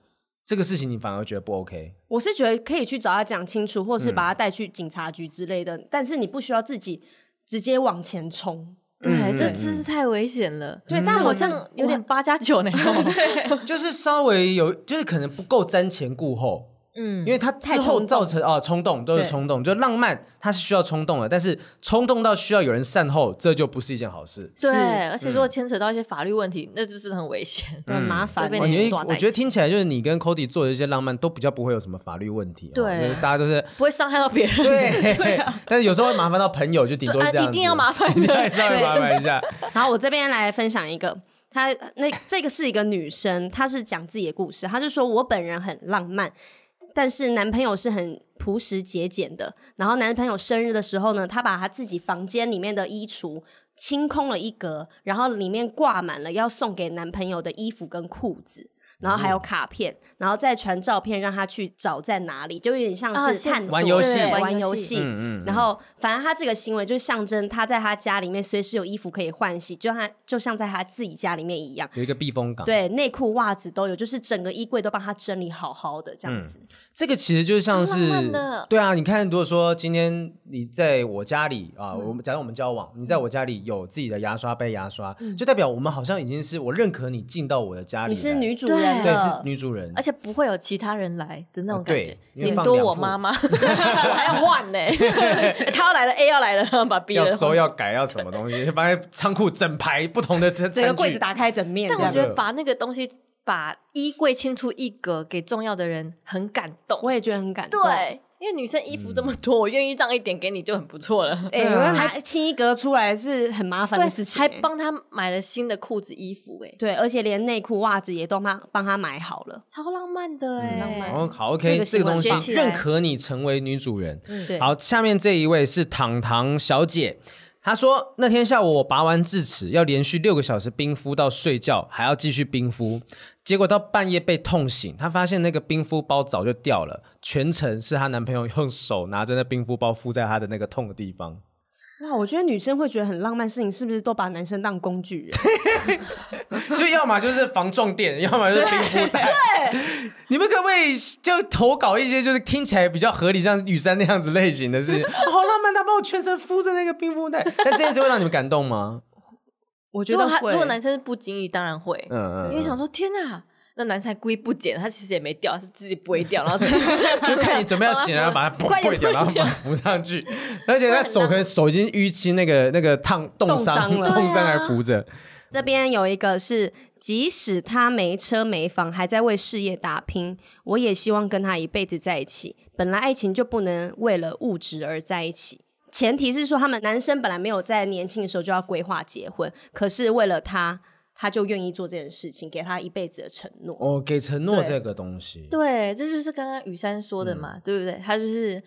S3: 这个事情你反而觉得不 OK，
S2: 我是觉得可以去找他讲清楚，或是把他带去警察局之类的，但是你不需要自己直接往前冲。
S3: 嗯
S1: 对，这姿势太危险了。嗯
S2: 对
S1: 这
S2: 但
S1: 好
S2: 我
S1: 像有点八加九那 (laughs) 种。
S3: 就是稍微有就是可能不够瞻前顾后。嗯，因为他之
S2: 太冲
S3: 后
S2: 动
S3: 造成啊冲动都是
S2: 对
S3: 冲动，就浪漫它是需要冲动的，但是冲动到需要有人善后，这就不是一件好事。
S1: 对，而且如
S3: 嗯
S1: 果牵扯到一些法律问题，那就是很危险。
S2: 很麻烦，
S1: (laughs) 就被
S3: 我
S1: 你
S3: 觉
S1: 很
S3: 得，哦我觉得听起来就是你跟 Cody 做的一些浪漫，都比较不会有什么法律问题、哦。
S1: 对
S3: 就是大家都
S1: (laughs)
S3: 是
S1: 不会伤害到别人。 (laughs) 啊
S3: 对， (laughs) 但是有时候会麻烦到朋友，就顶多是这样、
S1: 啊，一定要麻，
S3: (laughs)
S1: 烦
S3: 一定
S1: 的。
S3: 要稍微麻烦一下。
S2: 然后我这边来分享一个，她那这个是一个女生，她是讲自己的故事，她就说我本人很浪漫，但是男朋友是很朴实节俭的。然后男朋友生日的时候呢，她把她自己房间里面的衣橱。清空了一格，然后里面挂满了要送给男朋友的衣服跟裤子。然后还有卡片，然后再传照片让他去找在哪里，就有点像
S1: 啊
S2: 是
S1: 线
S2: 探
S1: 索
S2: 索、
S3: 哦玩游戏
S2: 对
S1: 玩
S2: 玩
S1: 游
S2: 游
S1: 戏
S2: 戏。
S3: 嗯嗯嗯
S2: 然后，反正他这个行为就象征他在他家里面随时有衣服可以换洗，就他就像在他自己家里面一样。
S3: 有一个避风港。
S2: 对，内裤、袜子都有，就是整个衣柜都帮他整理好好的这样子。
S3: 这个其实就像是
S1: 浪漫的
S3: 对啊，你看，如果说今天你在我家里啊，
S1: 嗯
S3: 我们假设我们交往，你在我家里有自己的牙刷杯、牙刷，
S1: 嗯
S3: 就代表我们好像已经是我认可你进到我的家里
S2: 你
S3: 来，
S2: 是女主
S1: 对
S2: 人
S3: 对是
S2: 了，
S3: 女主人，
S1: 而且不会有其他人来的那种感
S3: 哦
S1: 觉
S3: 对，因为
S1: 顶
S3: 放
S1: 多
S3: 两
S1: 我
S3: 副
S1: 妈
S3: (laughs)
S1: (laughs) 妈我还要换呢、他要来了，A 要来了，然后把 B
S3: 要
S1: 的
S3: 收要改要什么东西， (laughs) 发现仓库整排不同的整
S2: 整个柜子打开整面这
S1: 但
S2: 样。
S1: 我觉
S3: 对
S1: 得把那个东西，把衣柜清出一格给重要的人，很感动。
S2: 我也觉得很感动。
S1: 对，因为女生衣服这
S3: 嗯
S1: 么多，我愿意让一点给你就很不错了。
S3: 啊
S2: 哎、有人拿清一格出来是很麻烦的事情、
S1: 还
S2: 哎
S1: 帮她买了新的裤子、衣服、哎，
S2: 对，而且连内裤、袜子也都帮帮他买好了。
S1: 超浪漫的哎、
S3: 哦，好
S2: 这
S3: ，OK，
S2: 个
S3: 这
S2: 行
S3: 个
S2: 为
S3: 东
S1: 写
S3: 西
S1: 起来
S3: 认可你成为女主人。
S1: 嗯
S2: 对
S3: 好，下面这一位是糖糖小姐，她说那天下午我拔完智齿，要连续六个小时冰敷到睡觉，还要继续冰敷，结果到半夜被痛醒，她发现那个冰敷包早就掉了，全程是她男朋友用手拿着那冰敷包敷在她的那个痛的地方。
S2: 哇，我觉得女生会觉得很浪漫，事情是不是都把男生当工 (laughs) 具人？
S3: (laughs) 就要么就是防撞垫，要么就是冰敷袋。对，你们可不可以就投稿一些就是听起来比较合理，像雨山那样子类型的事情？ (laughs) 好浪漫，他帮我全身敷着那个冰敷袋。 (laughs) 但这件事会让你们感动吗？
S2: 我觉
S1: 如
S2: 得
S1: 果他
S2: 会
S1: 如果男生是不经意，当然会，
S3: 嗯嗯
S1: 因为想说天哪。那男生还故意不剪，他其实也没掉，是自己不会掉，然后自己
S3: 就看你准备要醒了，然后把它
S1: 快
S3: 崩一
S1: 点
S3: 掉，然后把它扶上去。而且他手可能手已经淤青，那个那个烫冻
S1: (laughs)
S3: 伤，
S1: 啊
S2: 冻伤了
S3: 冻伤还扶着。
S2: 这边有一个是，即使他没车没房，还在为事业打拼，我也希望跟他一辈子在一起。本来爱情就不能为了物质而在一起。前提是说，他们男生本来没有在年轻的时候就要规划结婚，可是为了他，他就愿意做这件事情，给他一辈子的承诺。
S3: 哦，给承诺
S2: 对
S3: 这个东西，
S1: (laughs) 对，这就是刚刚雨珊说的嘛，对不对？他就是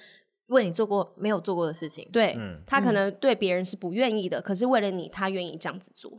S1: 为你做过没有做过的事情，
S2: 对、啊
S3: 嗯
S2: 他可能对别人是不愿意的，可是为了你，他愿意这样子
S3: (laughs)
S2: 做。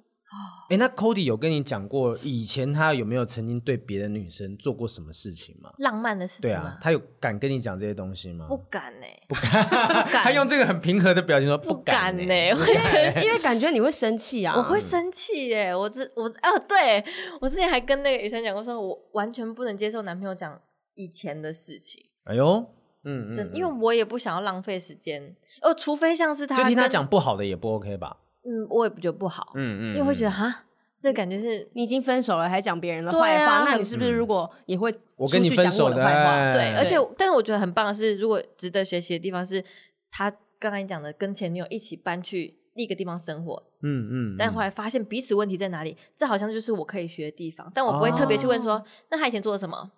S3: 哎，那 Cody 有跟你讲过以前他有没有曾经对别的女生做过什么事情吗？
S1: 浪漫的事
S3: 对
S1: 情
S3: 啊
S1: 嘛，，
S3: 他有敢跟你讲这些东西吗？啊
S1: 不敢呢、欸，
S3: 他用这个很平和的表情说不
S1: 不敢呢、
S3: 呢、
S1: 欸，我觉得
S2: 因为感觉你会生气啊，
S1: 我
S3: 嗯
S1: 会生气耶、我这我啊，对我之前还跟那个雨珊讲过说我完全不能接受男朋友讲以前的事情，
S3: 哎呦，嗯，嗯
S1: 真、
S3: 嗯
S1: 因为我也不想要浪费时间哦，除非像是他
S3: 就听他
S1: 跟，
S3: 讲不好的也不 OK 吧？
S1: 嗯，我也不觉得不好，
S3: 嗯
S1: 因为会觉
S3: 得
S1: 得哈，这感觉是
S2: 你已经分手了，还讲别人的
S1: 对
S2: 坏话，
S1: 啊
S2: 那你是不是如果也会
S3: 嗯我跟你
S2: 出去讲
S3: 分手
S2: 我的坏话？
S1: 对，
S3: 哎
S1: 而且但是我觉得很棒的是，如果值得学习的地方是，他刚才讲的跟前女友一起搬去另一个地方生活，
S3: 嗯嗯，嗯
S1: 但后来发现彼此问题在哪里，这好像就是我可以学的地方，但我不会特别去问说，那他以前做了什么？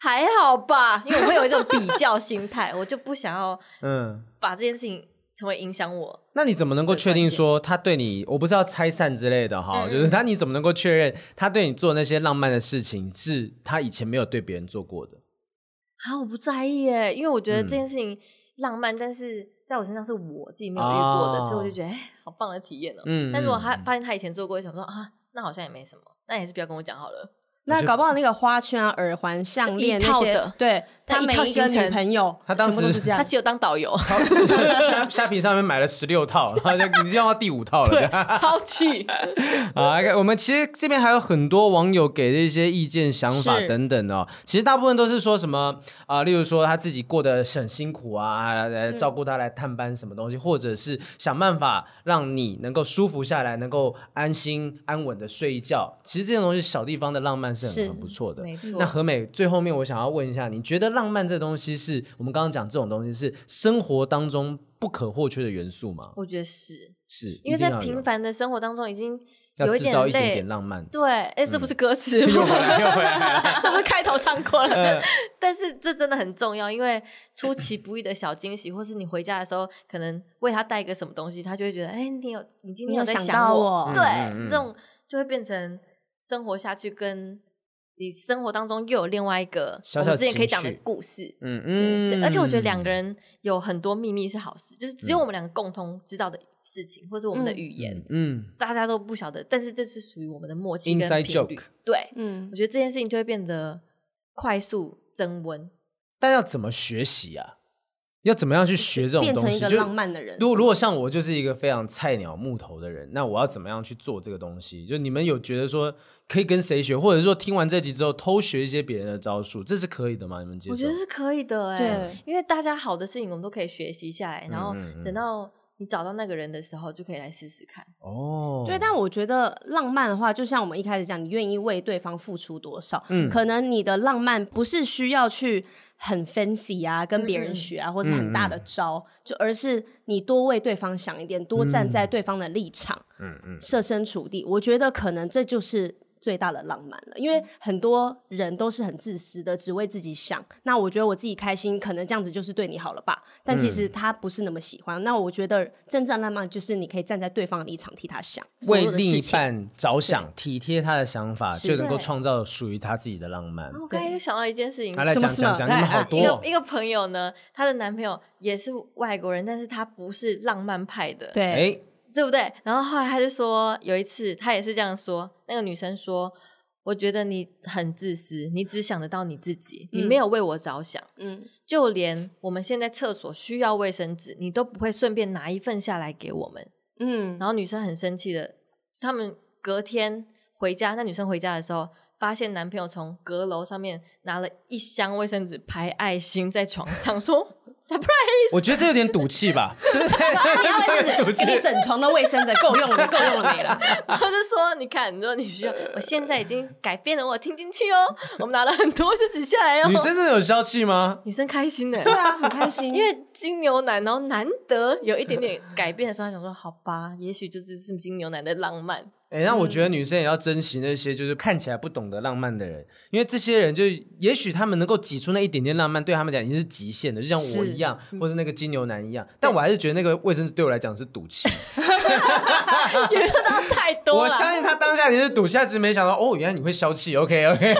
S1: 还好吧，因为我会有一种比较心态，我就不想要
S3: 嗯，
S1: 把这件事情成为影响我。
S3: 那你怎么能够确定说他对你？我不是要拆散之类的
S1: 嗯
S3: 哈，就是他你怎么能够确认他对你做那些浪漫的事情是他以前没有对别人做过的？
S1: 啊，我不在意耶，因为我觉得
S3: 嗯
S1: 这件事情浪漫，但是在我身上是我自己没有遇过的，
S3: 哦
S1: 所以我就觉得哎，好棒的体验哦。
S3: 嗯
S1: 但如果他
S3: 嗯
S1: 发现他以前做过，想说啊，那好像也没什么，那也是不要跟我讲好了。
S2: 那搞不好那个花圈啊、耳环、项链
S1: 一
S2: 那
S1: 套
S2: 些
S1: 的，
S2: 对他
S1: 一
S2: 每
S1: 套
S2: 一
S1: 行
S2: 个
S1: 程
S2: 女朋友，
S3: 他当时
S2: 全部都是这样
S1: 他。只有当导 (laughs) 游，
S3: (laughs) 虾虾皮上面买了十六套，然后就已经用到第五
S1: (laughs)
S3: 套了。对
S1: 超气。
S3: (laughs) 啊，我们其实这边还有很多网友给的一些意见、想法
S2: 是
S3: 等等哦。其实大部分都是说什么啊、例如说他自己过得很辛苦啊，来
S1: 嗯
S3: 照顾他来探班什么东西，或者是想办法让你能够舒服下来，能够安心安稳的睡一觉。其实这种东西小地方的浪漫是很
S2: 是
S3: 很不错的。
S1: (laughs) 没错
S3: 那何美最后面我想要问一下，你觉得浪漫这东西是我们刚刚讲这种东西是生活当中不可或缺的元素吗？
S1: 我觉得是
S3: 是，
S1: 因为
S3: 一定
S1: 在
S3: 要有
S1: 平凡的生活当中已经
S3: 要
S1: 有
S3: 制造
S1: 点
S3: 一点点
S1: 累。
S3: 浪漫。
S1: 对，哎，
S3: 嗯
S1: 这不是歌词
S3: (laughs)
S1: 吗，
S3: 又回
S2: (laughs)
S3: 来，又回来。
S1: (laughs) 这不是开头唱过
S3: 嗯
S1: 了， (laughs) 但是这真的很重要，因为出其不意的小惊喜，或是你回家的时候，可能为他带一个什么东西，他就会觉得，哎、你有你今
S2: 你
S1: 天
S2: 有
S1: 在
S2: 想
S1: 想
S2: 到
S1: 我，
S2: 我
S1: 对，
S3: 嗯嗯嗯
S1: 这种就会变成生活下去，跟你生活当中又有另外一个
S3: 小
S1: 我
S3: 小
S1: 们之前可以
S3: 情
S1: 讲的
S3: 绪
S1: 故事。
S3: 嗯
S1: 对，
S3: 嗯
S1: 对而且我觉得两个人有很多秘密是好事，就是只有我们两个共同知道的事情，或是我们的语言，
S3: 嗯
S1: 大家都不晓得，但是这是属于我们的默契跟频率。
S3: ，inside joke，
S1: 对，
S2: 嗯
S1: 我，觉得这件事情就会变得快速增温。
S3: 但要怎么学习啊？要怎么样去学这种
S2: 变
S3: 东
S2: 成一
S3: 西？
S2: 个
S3: 就
S2: 浪漫的人。
S3: 如果如果像我就是一个非常菜鸟木头的人，那我要怎么样去做这个东西？就你们有觉得说可以跟谁学，或者说听完这集之后偷学一些别人的招数，这是可以的吗？你们接受？
S1: 我觉得是可以的哎、
S2: 对
S1: 因为大家好的事情我们都可以学习下来，然后
S3: 嗯嗯嗯
S1: 等到你找到那个人的时候，就可以来试试看。
S3: 哦，
S2: 对，但我觉得浪漫的话，就像我们一开始讲，你愿意为对方付出多少？
S3: 嗯
S2: 可能你的浪漫不是需要去很 fancy 啊，跟
S1: 嗯
S2: 别人学啊，或是很
S3: 嗯
S2: 大的招，就而是你多为对方想一点，多站在对方的立场，
S3: 嗯嗯，
S2: 设身处地。我觉得可能这就是。最大的浪漫了，因为很多人都是很自私的，只为自己想。那我觉得我自己开心，可能这样子就是对你好了吧？但其
S3: 嗯
S2: 实他不是那么喜欢。那我觉得真正浪漫就是你可以站在对方的立场替他想，所
S3: 为
S2: 有的
S3: 另
S2: 事
S3: 一
S2: 情。
S3: 半着想，体贴他的想法，
S2: 是哦
S3: 就能够
S1: 对
S3: 创造属于他自己的浪漫。
S1: 我刚才就想到一件事情，
S3: 来
S1: 哎
S3: 来
S2: 什
S3: 讲
S2: 么
S3: 讲
S2: 什
S3: 讲，
S2: 么
S3: 你
S2: 来
S3: 们
S2: 啊
S3: 好
S2: 来
S3: 多
S1: 一
S3: 哦
S1: 个一个朋友呢，她的男朋友也是外国人，但是他不是浪漫派的，
S2: 对，
S3: 哎，
S1: 对不对？然后后来他就说，有一次他也是这样说，那个女生说：“我觉得你很自私，你只想得到你自己，你没有为我着想。
S2: 嗯，
S1: 就连我们现在厕所需要卫生纸，你都不会顺便拿一份下来给我们。”
S2: 嗯，
S1: 然后女生很生气的，他们隔天回家，那女生回家的时候，发现男朋友从阁楼上面拿了一箱卫生纸排爱心在床上，说 (laughs) surprise，
S3: (laughs) 我觉得这有点赌
S2: (laughs)
S3: 气吧，真的
S2: 哎
S3: (laughs) 有点赌气
S2: 给。你整床的卫生纸够用了没？够用了没
S3: (laughs)
S2: 了？
S1: 然后就说你看，你说你需要，我现在已经改变了，我听进去哦，我们拿了很多卫生纸下来哦，
S3: 女生真的有消气吗？
S1: 女生开心的、
S2: 对啊，很开心，
S1: 因为金牛男，然后难得有一点点改变的时候，他想说好吧，也许这就是金牛男的浪漫。
S3: 哎、那
S2: 嗯
S3: 我觉得女生也要珍惜那些就是看起来不懂得浪漫的人，因为这些人就也许他们能够挤出那一点点浪漫，对他们讲已经是极限的，就像我一样，或者那个金牛男一样。但我还是觉得那个卫生纸对我来讲是
S2: (laughs)
S3: 赌气，
S1: 因为他太
S2: 啊
S1: 多了，
S3: 我相信他当下你是赌气，他只是没想到哦，原来你会消气，OK OK，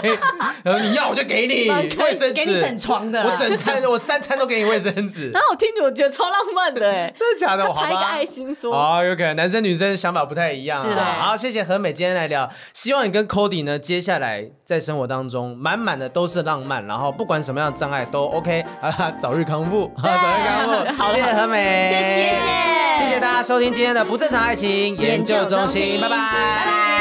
S3: 然后你要我就
S2: (laughs)
S3: 给你卫生纸，
S2: 给你整床的啦，啊
S3: 我整餐我三餐都给你卫生
S2: (laughs)
S3: 纸
S1: 然，后我听着，我觉得超浪漫的哎、
S3: 真的假的？
S1: 他
S3: 我好吧
S1: 拍一个爱心说，
S3: 哦，有可能男生女生想法不太一样、啊。
S2: 是的
S3: 好，谢谢何美今天来聊，希望你跟 Cody 呢，接下来在生活当中满满的都是浪漫，然后不管什么样的障碍都 OK (laughs) 啊，早日康复，啊 (laughs) 早日康复。谢谢何美，谢谢谢谢大家收听今天的不正常爱情研究中心，
S2: 研究中心
S3: 拜拜。